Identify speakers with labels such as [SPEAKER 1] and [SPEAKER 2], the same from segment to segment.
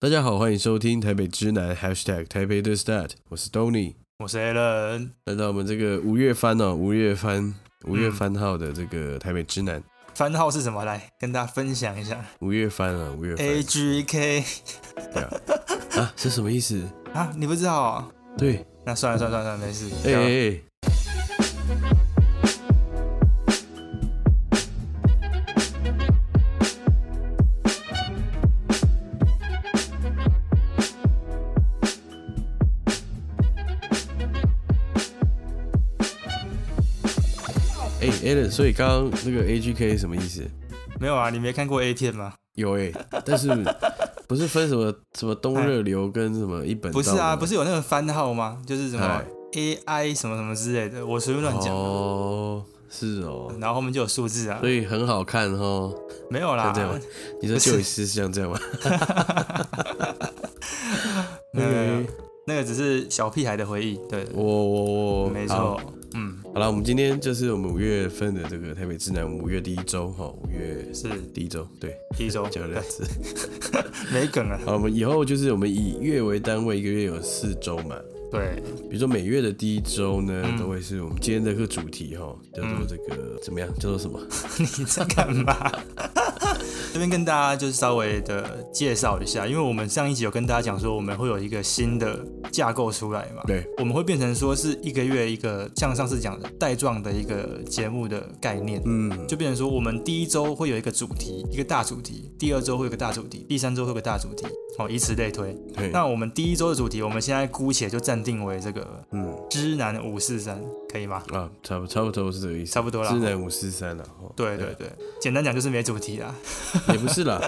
[SPEAKER 1] 大家好，欢迎收听台北之南 #hashtag 台北的 stat，我是 Tony。
[SPEAKER 2] 我是 a l
[SPEAKER 1] 来到我们这个五月番哦，五月番，五月番号的这个台北之南，
[SPEAKER 2] 番号是什么？来跟大家分享一下。
[SPEAKER 1] 五月番啊，五月番
[SPEAKER 2] A G K
[SPEAKER 1] 对啊，啊是什么意思？
[SPEAKER 2] 啊，你不知道、哦？
[SPEAKER 1] 对，
[SPEAKER 2] 那算了算了算了，算了没事。
[SPEAKER 1] 哎哎哎，哎 a l a n 所以刚刚那个 A G K 什么意思？
[SPEAKER 2] 没有啊，你没看过 A 片吗？
[SPEAKER 1] 有 哎、但是不是分什么什么东热流跟什么一本
[SPEAKER 2] 不是啊，不
[SPEAKER 1] 是
[SPEAKER 2] 是有那个番号吗？就是什么
[SPEAKER 1] 哎
[SPEAKER 2] A I 什么什么之类的，我随便乱讲的。嗯
[SPEAKER 1] 哦，是哦，
[SPEAKER 2] 然后后面就有数字啊
[SPEAKER 1] 所，以很好看哦。
[SPEAKER 2] 没有啦
[SPEAKER 1] 像这，样吗？你说
[SPEAKER 2] 不是
[SPEAKER 1] 旧一师是像这 样吗？
[SPEAKER 2] 没有没有没有 那个只是小屁孩的回忆，对，
[SPEAKER 1] 我我我，
[SPEAKER 2] 没
[SPEAKER 1] 哦好
[SPEAKER 2] 错。，嗯，
[SPEAKER 1] 好了，我们今天就是我们五月份的这个台北之南五月第一周哈，五月
[SPEAKER 2] 是
[SPEAKER 1] 第一周，对，
[SPEAKER 2] 第一周，
[SPEAKER 1] 讲了
[SPEAKER 2] 哦对
[SPEAKER 1] 两，次。
[SPEAKER 2] 没梗啊，
[SPEAKER 1] 好，我们以后就是我们以月为单位，一个月有四周嘛。
[SPEAKER 2] 对，
[SPEAKER 1] 比如说每月的第一周呢，
[SPEAKER 2] 嗯
[SPEAKER 1] 都会是我们今天这个主题哈，叫做这个、怎么样？叫做什么？
[SPEAKER 2] 你在干嘛？ 这边跟大家就是稍微的介绍一下，因为我们上一集有跟大家讲说，我们会有一个新的架构出来嘛，
[SPEAKER 1] 对，
[SPEAKER 2] 我们会变成说是一个月一个，像上次讲的带状的一个节目的概念，
[SPEAKER 1] 嗯，
[SPEAKER 2] 就变成说我们第一周会有一个主题，一个大主题，第二周会有一个大主题，第三周会有个大主题，哦，以此类推。
[SPEAKER 1] 对，
[SPEAKER 2] 那我们第一周的主题，我们现在姑且就暂定为这个
[SPEAKER 1] 嗯
[SPEAKER 2] 知男五四三，可以吗？
[SPEAKER 1] 啊，差不差不多是这个意思，
[SPEAKER 2] 差不多啦
[SPEAKER 1] 知南五四三了啊哈。
[SPEAKER 2] 对对对，简单讲就是没主题啦。
[SPEAKER 1] 也不是啦，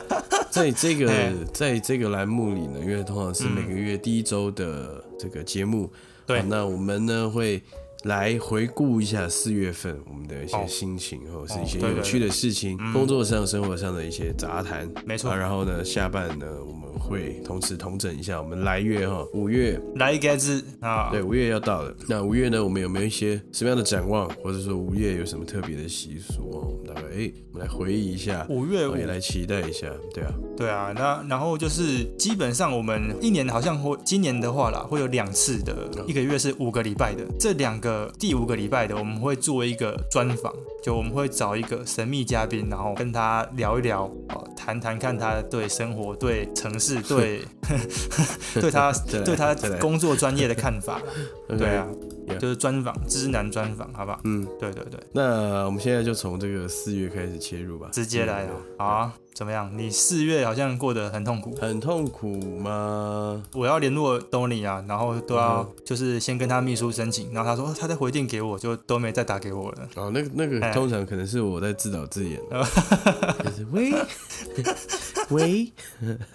[SPEAKER 1] 在这
[SPEAKER 2] 哎
[SPEAKER 1] 个在这个栏目里呢，因为通常是
[SPEAKER 2] 嗯
[SPEAKER 1] 每个月第一周的这个节目，
[SPEAKER 2] 对
[SPEAKER 1] 好那我们呢会来回顾一下四月份我们的一些
[SPEAKER 2] 哦
[SPEAKER 1] 心情，或者是一些
[SPEAKER 2] 哦对对
[SPEAKER 1] 有趣的事情，
[SPEAKER 2] 嗯
[SPEAKER 1] 工作上、生活上的一些杂谈。
[SPEAKER 2] 没错
[SPEAKER 1] 啊，然后呢，下半呢，我们会同时同整一下我们来月哈，五月
[SPEAKER 2] 来一个字啊，
[SPEAKER 1] 对，五月要到了。那五月呢，我们有没有一些什么样的展望，或者说五月有什么特别的习俗哦？我们大概哎，我们来回忆一下，
[SPEAKER 2] 五月
[SPEAKER 1] 我
[SPEAKER 2] 五
[SPEAKER 1] 也，来期待一下，对啊，
[SPEAKER 2] 对啊，那然 后就是基本上我们一年好像会今年的话啦，会有两次的，一个月是五个礼拜的，这两个第五个礼拜的我们会做一个专访，就我们会找一个神秘嘉宾，然后跟他聊一聊，哦，谈谈看他对生活、对 城市、对对他
[SPEAKER 1] 再来
[SPEAKER 2] 对他
[SPEAKER 1] 再来
[SPEAKER 2] 工作专业的看法啦， 对啊
[SPEAKER 1] yeah，
[SPEAKER 2] 就是专访知男专访，好不好？
[SPEAKER 1] 嗯，
[SPEAKER 2] 对对对，
[SPEAKER 1] 那我们现在就从这个四月开始切入吧，
[SPEAKER 2] 直接来啊，好啊，怎么样？你四月好像过得很痛
[SPEAKER 1] 嗯
[SPEAKER 2] 苦。
[SPEAKER 1] 很痛苦吗？
[SPEAKER 2] 我要联络 Tony 啊，然后都
[SPEAKER 1] 嗯
[SPEAKER 2] 要就是先跟他秘书申请，然后他说哦他再回电给我，就都没再打给我了。
[SPEAKER 1] 哦，那个那个
[SPEAKER 2] 哎
[SPEAKER 1] 通常可能是我在自导自 演，就是喂 喂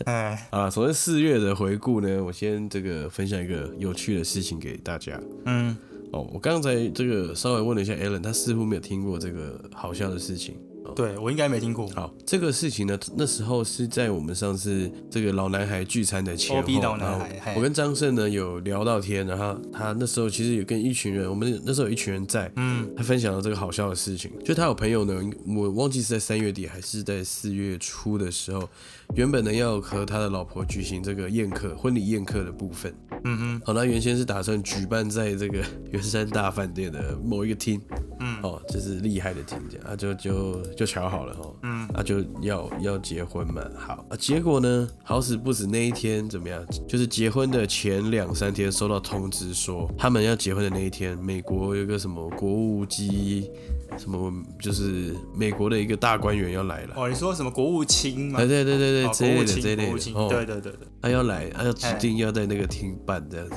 [SPEAKER 2] 哎，
[SPEAKER 1] 啊，首先四月的回顾呢，我先这个分享一个有趣的事情给大家。
[SPEAKER 2] 嗯，
[SPEAKER 1] 哦，我刚才这个稍微问了一下 Alan，他似乎没有听过这个好笑的事情。
[SPEAKER 2] 对我应该没听过。
[SPEAKER 1] 好，这个事情呢，那时候是在我们上次这个老男孩聚餐的前后，
[SPEAKER 2] OB 哦老男孩
[SPEAKER 1] 然后
[SPEAKER 2] 嘿
[SPEAKER 1] 我跟张胜呢有聊到天，然后他那时候其实有跟一群人，我们那时候有一群人在，
[SPEAKER 2] 嗯，
[SPEAKER 1] 他分享了这个好笑的事情，就他有朋友呢，我忘记是在三月底还是在四月初的时候，原本呢要和他的老婆举行这个宴客婚礼宴客的部分，
[SPEAKER 2] 嗯
[SPEAKER 1] 好，那原先是打算举办在这个圆山大饭店的某一个厅，嗯，哦，就是厉害的厅，这样啊，就就就瞧好了哦，嗯，啊就要要结婚嘛，好啊，结果呢，好死不死那一天怎么样？就是结婚的前两三天收到通知说，他们要结婚的那一天，美国有一个什么国务机，什么就是美国的一个大官员要来了
[SPEAKER 2] 哼，，哦，你说什么国务卿吗
[SPEAKER 1] 哎、？对对对对，
[SPEAKER 2] 哦
[SPEAKER 1] 这
[SPEAKER 2] 国
[SPEAKER 1] 一类
[SPEAKER 2] 务
[SPEAKER 1] 的这一
[SPEAKER 2] 卿，
[SPEAKER 1] 类
[SPEAKER 2] 国务
[SPEAKER 1] 的
[SPEAKER 2] 卿，，对哎
[SPEAKER 1] 哦，
[SPEAKER 2] 对对对，
[SPEAKER 1] 他要来，他要指定要在那个厅办这样子，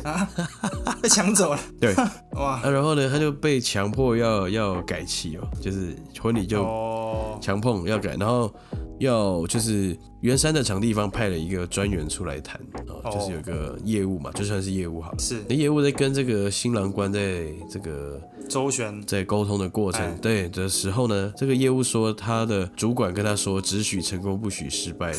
[SPEAKER 2] 被抢走了。
[SPEAKER 1] 对。
[SPEAKER 2] 哇，
[SPEAKER 1] 啊，然后呢，他就被强迫要要改期哦，就是婚礼就
[SPEAKER 2] 哦，
[SPEAKER 1] 强碰要改，然后要就是圆山的场地方派了一个专员出来谈哦，
[SPEAKER 2] 哦
[SPEAKER 1] 就是有个业务嘛，就算是业务好了。
[SPEAKER 2] 是
[SPEAKER 1] 那业务在跟这个新郎官在这个
[SPEAKER 2] 周旋。
[SPEAKER 1] 在沟通的过
[SPEAKER 2] 哎
[SPEAKER 1] 程，对的时候呢，这个业务说他的主管跟他说只许成功不许失败的，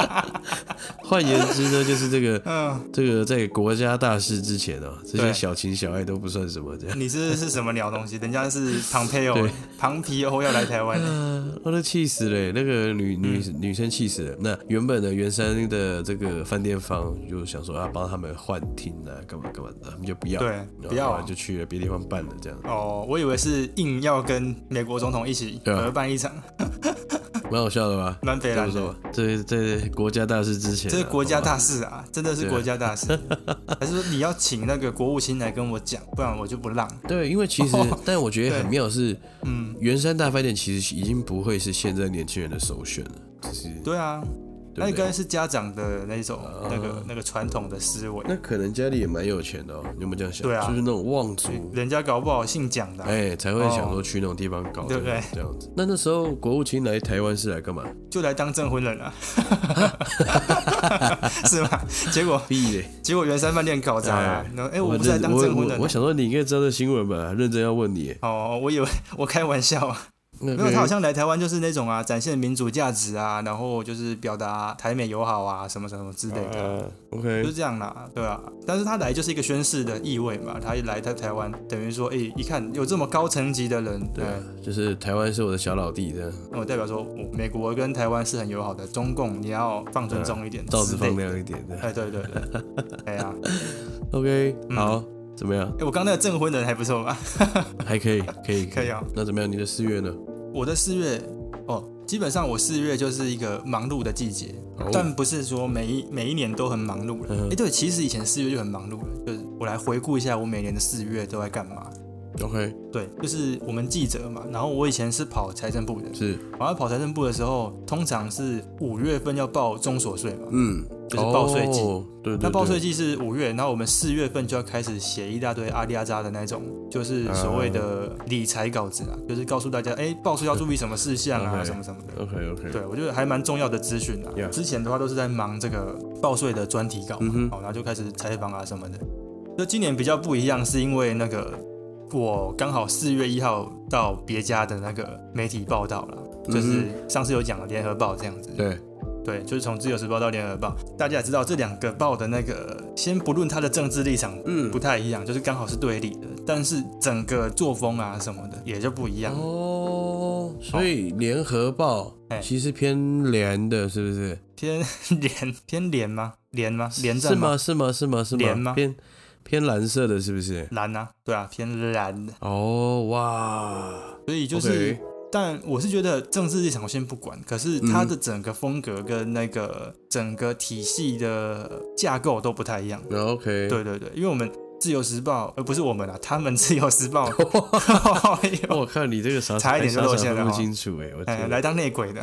[SPEAKER 1] 换言之呢，就是这个
[SPEAKER 2] 嗯，
[SPEAKER 1] 这个在国家大事之前哦，这些
[SPEAKER 2] 对
[SPEAKER 1] 小情小爱都不算什么，这样。
[SPEAKER 2] 你是是什么鸟东西？人家是庞培欧
[SPEAKER 1] 对，
[SPEAKER 2] 庞皮欧要来台 湾，
[SPEAKER 1] 啊，我都气死了欸，那个女女、
[SPEAKER 2] 嗯
[SPEAKER 1] 女生气死了。那原本的原山的这个饭店方就想说啊，帮他们换厅啊，干嘛干嘛的，他们就不要，
[SPEAKER 2] 对
[SPEAKER 1] 然后
[SPEAKER 2] 不要啊
[SPEAKER 1] 后来就去了别地方办了这样。
[SPEAKER 2] 哦，我以为是硬要跟美国总统一起
[SPEAKER 1] 对啊
[SPEAKER 2] 合办一场，
[SPEAKER 1] 蛮好笑的吧？
[SPEAKER 2] 蛮北
[SPEAKER 1] 这
[SPEAKER 2] 蓝
[SPEAKER 1] 么说
[SPEAKER 2] 的。
[SPEAKER 1] 吧，这在国家大事之前啊、
[SPEAKER 2] 这是国家
[SPEAKER 1] 好吧
[SPEAKER 2] 大事啊，真的是
[SPEAKER 1] 对
[SPEAKER 2] 国 家大事。还是说你要请那个国务卿来跟我讲，不然我就不让。
[SPEAKER 1] 对，因为其实，
[SPEAKER 2] 哦
[SPEAKER 1] 但我觉得很妙的是，
[SPEAKER 2] 嗯，
[SPEAKER 1] 圆山大饭店其实已经不会是现在年轻人的首选了，就是
[SPEAKER 2] 对啊，
[SPEAKER 1] 对哦
[SPEAKER 2] 那
[SPEAKER 1] 不
[SPEAKER 2] 应
[SPEAKER 1] 对
[SPEAKER 2] 该？是家长的那种、那个那个传统的思维。
[SPEAKER 1] 那可能家里也蛮有钱的哦，你有没有这样想？
[SPEAKER 2] 对啊
[SPEAKER 1] 就是那种望族，
[SPEAKER 2] 人家搞不好姓蒋的啊、
[SPEAKER 1] 哎，才会想说去那种地方搞，
[SPEAKER 2] 对不对
[SPEAKER 1] 这样子。那那时候国务卿来台湾是来干 嘛？
[SPEAKER 2] 就来当证婚人 啊，是吧？结果
[SPEAKER 1] 屁嘞！
[SPEAKER 2] 结果圆山饭店搞砸了、
[SPEAKER 1] 哎
[SPEAKER 2] 然后哎、我不是来
[SPEAKER 1] 认
[SPEAKER 2] 当
[SPEAKER 1] 我
[SPEAKER 2] 证婚人
[SPEAKER 1] 我
[SPEAKER 2] 的、
[SPEAKER 1] 我想说你应该知道这新闻吧？认真要问你，
[SPEAKER 2] 哦，我以为我开玩笑啊，
[SPEAKER 1] 没
[SPEAKER 2] 没有，他好像来台湾就是那种啊，展现民主价值啊，然后就是表达台美友好啊，什么什么之类的。
[SPEAKER 1] 嗯 OK
[SPEAKER 2] 就是这样啦，对啊，但是他来就是一个宣誓的意味嘛，他一来他台湾，等于说，哎、一看有这么高层级的人，
[SPEAKER 1] 对啊，就是台湾是我的小老弟这样，
[SPEAKER 2] 那我代表说，我美国跟台湾是很友好的，中共你要放尊重一点，
[SPEAKER 1] 罩子
[SPEAKER 2] 之类
[SPEAKER 1] 放
[SPEAKER 2] 的
[SPEAKER 1] 亮一点的。
[SPEAKER 2] 哎，对对对，哎呀，
[SPEAKER 1] OK，
[SPEAKER 2] 嗯
[SPEAKER 1] 好，怎么样？
[SPEAKER 2] 哎，我刚那个证婚人还不错 吧？
[SPEAKER 1] 还 可以，可以，
[SPEAKER 2] 可以啊。
[SPEAKER 1] 那怎么样？你的四月呢？
[SPEAKER 2] 我的四月，哦，基本上我四月就是一个忙碌的季节，
[SPEAKER 1] 哦
[SPEAKER 2] 但不是说每一每一年都很忙碌了。哎、
[SPEAKER 1] 嗯
[SPEAKER 2] 对，其实以前四月就很忙碌了，就是我来回顾一下我每年的四月都在干嘛。
[SPEAKER 1] OK，
[SPEAKER 2] 对，就是我们记者嘛，然后我以前是跑财政部的，
[SPEAKER 1] 是，
[SPEAKER 2] 我要跑财政部的时候，通常是五月份要报中所税嘛，
[SPEAKER 1] 嗯，
[SPEAKER 2] 就是报税季
[SPEAKER 1] 哦对对对，
[SPEAKER 2] 那报税季是五月，然后我们四月份就要开始写一大堆阿里阿扎的那种，就是所谓的理财稿子啊，就是告诉大家，哎，报税要注意什么事项啊，
[SPEAKER 1] OK
[SPEAKER 2] 什么什么的。
[SPEAKER 1] OK OK，
[SPEAKER 2] 对，我觉得还蛮重要的资讯啊。
[SPEAKER 1] 嗯 Yeah
[SPEAKER 2] 之前的话都是在忙这个报税的专题稿嘛，
[SPEAKER 1] 嗯哼
[SPEAKER 2] 好、然后就开始采访啊什么的。那今年比较不一样，是因为那个我刚好四月一号到别家的那个媒体报道了，就
[SPEAKER 1] 嗯
[SPEAKER 2] 是上次有讲的联合报这样子。
[SPEAKER 1] 对，
[SPEAKER 2] 对，就是从《自由时报》到《联合报》，大家也知道这两个报的那个，先不论它的政治立场
[SPEAKER 1] 嗯
[SPEAKER 2] 不太一样，就是刚好是对立的，但是整个作风啊什么的也就不一样。
[SPEAKER 1] 哦，所以联合报
[SPEAKER 2] 哎
[SPEAKER 1] 其实偏蓝的，是不是？
[SPEAKER 2] 偏 连偏连吗？连吗？连
[SPEAKER 1] 是
[SPEAKER 2] 战
[SPEAKER 1] 吗？是吗？是吗？是
[SPEAKER 2] 连吗
[SPEAKER 1] 偏偏蓝色的，是不是？
[SPEAKER 2] 蓝啊，对啊，偏蓝的，
[SPEAKER 1] 哦，哇，
[SPEAKER 2] 所以就是
[SPEAKER 1] OK
[SPEAKER 2] 但我是觉得政治立场我先不管，可是它的整个风格跟那个整个体系的架构都不太一样。
[SPEAKER 1] 那 OK，，
[SPEAKER 2] 对对对，因为我们自由时报，呃，不是我们啊， 他们自由 时报，哎 呦
[SPEAKER 1] 我看你这个傻傻
[SPEAKER 2] 差一点就
[SPEAKER 1] 傻傻
[SPEAKER 2] 露馅了
[SPEAKER 1] 分不
[SPEAKER 2] 哦
[SPEAKER 1] 清楚哎，我
[SPEAKER 2] 哎，
[SPEAKER 1] 天，
[SPEAKER 2] 来当内鬼的，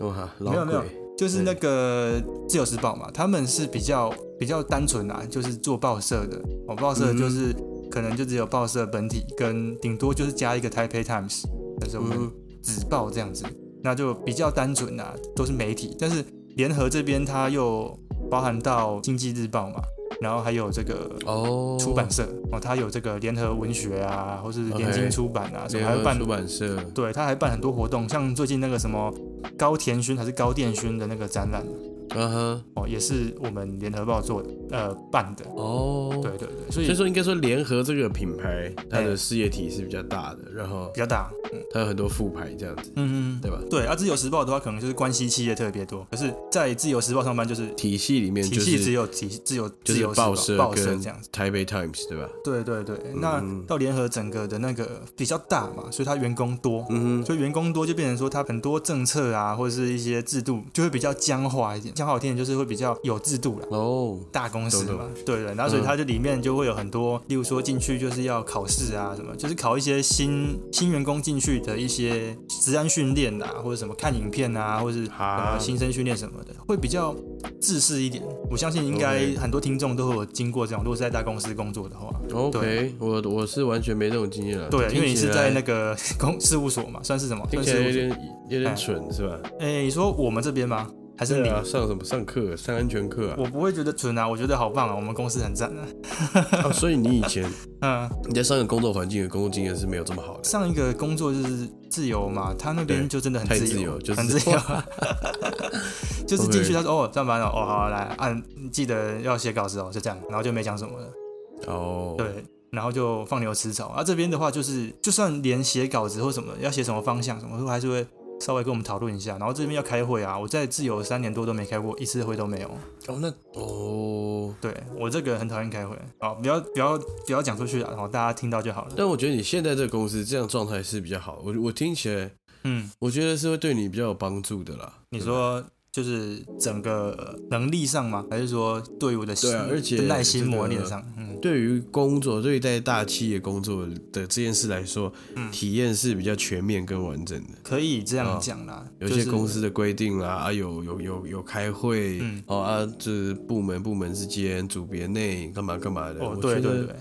[SPEAKER 1] 哇，
[SPEAKER 2] 没
[SPEAKER 1] 老
[SPEAKER 2] 有没有
[SPEAKER 1] 鬼，
[SPEAKER 2] 就是那个自由时报
[SPEAKER 1] 嗯
[SPEAKER 2] 嘛，他们是比较比较单纯啊，就是做报社的，哦，报社就是、
[SPEAKER 1] 嗯
[SPEAKER 2] 可能就只有报社本体跟顶多就是加一个 Taipei Times，但是我们
[SPEAKER 1] 嗯
[SPEAKER 2] 纸报这样子，那就比较单纯啊，都是媒体，但是联合这边它又包含到经济日报嘛，然后还有这个。
[SPEAKER 1] 哦，
[SPEAKER 2] 出版社哦，它有这个联合文学啊，或是联经
[SPEAKER 1] OK
[SPEAKER 2] 出版啊什么，
[SPEAKER 1] 联
[SPEAKER 2] 还有
[SPEAKER 1] 合
[SPEAKER 2] 办
[SPEAKER 1] 出版社，
[SPEAKER 2] 对，他还办很多活动，像最近那个什么高田勋还是高电勋的那个展览
[SPEAKER 1] 嗯哼，
[SPEAKER 2] 哦，也是我们联合报做的，呃办的。
[SPEAKER 1] 哦，
[SPEAKER 2] 对对对，所以
[SPEAKER 1] 所以说，应该说联合这个品牌，它的
[SPEAKER 2] 哎
[SPEAKER 1] 事业体是比较大的，然后
[SPEAKER 2] 比较大。
[SPEAKER 1] 它有很多副牌这样子，
[SPEAKER 2] 嗯嗯，
[SPEAKER 1] 对吧？
[SPEAKER 2] 对。啊，自由时报的话，可能就是关系企业特别多，可是在自由时报上班就是
[SPEAKER 1] 体系里面
[SPEAKER 2] 体
[SPEAKER 1] 就
[SPEAKER 2] 系只
[SPEAKER 1] 是
[SPEAKER 2] 有体自由
[SPEAKER 1] 就
[SPEAKER 2] 自
[SPEAKER 1] 是
[SPEAKER 2] 由时
[SPEAKER 1] 报
[SPEAKER 2] 报
[SPEAKER 1] 社
[SPEAKER 2] 报社
[SPEAKER 1] 跟
[SPEAKER 2] 这样子。
[SPEAKER 1] 台北 Times 对吧？
[SPEAKER 2] 对对对，那
[SPEAKER 1] 嗯
[SPEAKER 2] 到联合整个的那个比较大嘛，所以它员工多，
[SPEAKER 1] 嗯哼，
[SPEAKER 2] 所以员工多就变成说，他很多政策啊，或者是一些制度就会比较僵化一点。讲好听点就是会比较有制度啦。
[SPEAKER 1] 哦，
[SPEAKER 2] 大公司
[SPEAKER 1] 懂
[SPEAKER 2] 嘛，对对，然后所
[SPEAKER 1] 嗯
[SPEAKER 2] 以它就里面就会有很多，例如说进去就是要考试啊，什么，就是考一些新新员工进去的一些治安训练啊，或者什么看影片啊，或者是
[SPEAKER 1] 啊
[SPEAKER 2] 呃新生训练什么的，会比较自私一点。我相信应该
[SPEAKER 1] OK
[SPEAKER 2] 很多听众都会有经过这种，如果是在大公司工作的话，
[SPEAKER 1] ，OK，我我是完全没这种经验了。
[SPEAKER 2] 对，因为你是在那
[SPEAKER 1] 个，
[SPEAKER 2] 个 公事务所嘛，算是什么？
[SPEAKER 1] 听
[SPEAKER 2] 算
[SPEAKER 1] 起
[SPEAKER 2] 事
[SPEAKER 1] 来有
[SPEAKER 2] 务所。
[SPEAKER 1] 点有点蠢是吧？
[SPEAKER 2] 哎，你说我们这边吗？还是
[SPEAKER 1] 对
[SPEAKER 2] 你？
[SPEAKER 1] 啊，上什么上课？上安全课啊
[SPEAKER 2] 我不会觉得蠢啊，我觉得好棒啊，我们公司很赞啊。
[SPEAKER 1] 啊！所以你以前
[SPEAKER 2] 嗯，
[SPEAKER 1] 你在上个工作环境的工作经验是没有这么好的，
[SPEAKER 2] 上一个工作就是自由嘛，他那边
[SPEAKER 1] 对
[SPEAKER 2] 就真的很
[SPEAKER 1] 太
[SPEAKER 2] 自由，
[SPEAKER 1] 自由就是
[SPEAKER 2] 很自由， 就是进去他说哦上班了哦好来按记得要写稿子哦就这样，然后就没讲什么了，
[SPEAKER 1] 哦，
[SPEAKER 2] 对，然后就放牛吃草。啊这边的话就是就算连写稿子或什么要写什么方向什么，都还是会稍微跟我们讨论一下。然后这边要开会啊，我在自由三年多都没开过一次会都没有。
[SPEAKER 1] 哦，那哦，
[SPEAKER 2] 对我这个人很讨厌开会啊，不要不要不要讲出去啊，然后大家听到就好了。
[SPEAKER 1] 但我觉得你现在这个公司这样状态是比较好，我我听起来
[SPEAKER 2] 嗯。
[SPEAKER 1] 我觉得是会对你比较有帮助的啦。
[SPEAKER 2] 你
[SPEAKER 1] 对吧
[SPEAKER 2] 说就是整个呃能力上吗？还是说队伍的心
[SPEAKER 1] 对啊而且哦
[SPEAKER 2] 的耐心
[SPEAKER 1] 这个
[SPEAKER 2] 磨练上？嗯
[SPEAKER 1] 对于工作，对待大企业工作的这件事来说，
[SPEAKER 2] 嗯
[SPEAKER 1] 体验是比较全面跟完整的。
[SPEAKER 2] 可以这样讲啦。
[SPEAKER 1] 哦有一些
[SPEAKER 2] 就是
[SPEAKER 1] 公司的规定啦，啊，有有有有开会，
[SPEAKER 2] 嗯
[SPEAKER 1] 哦啊，这部门部门之间、组别内干嘛干嘛的，
[SPEAKER 2] 哦
[SPEAKER 1] 我，
[SPEAKER 2] 对
[SPEAKER 1] 觉
[SPEAKER 2] 对
[SPEAKER 1] 得
[SPEAKER 2] 对，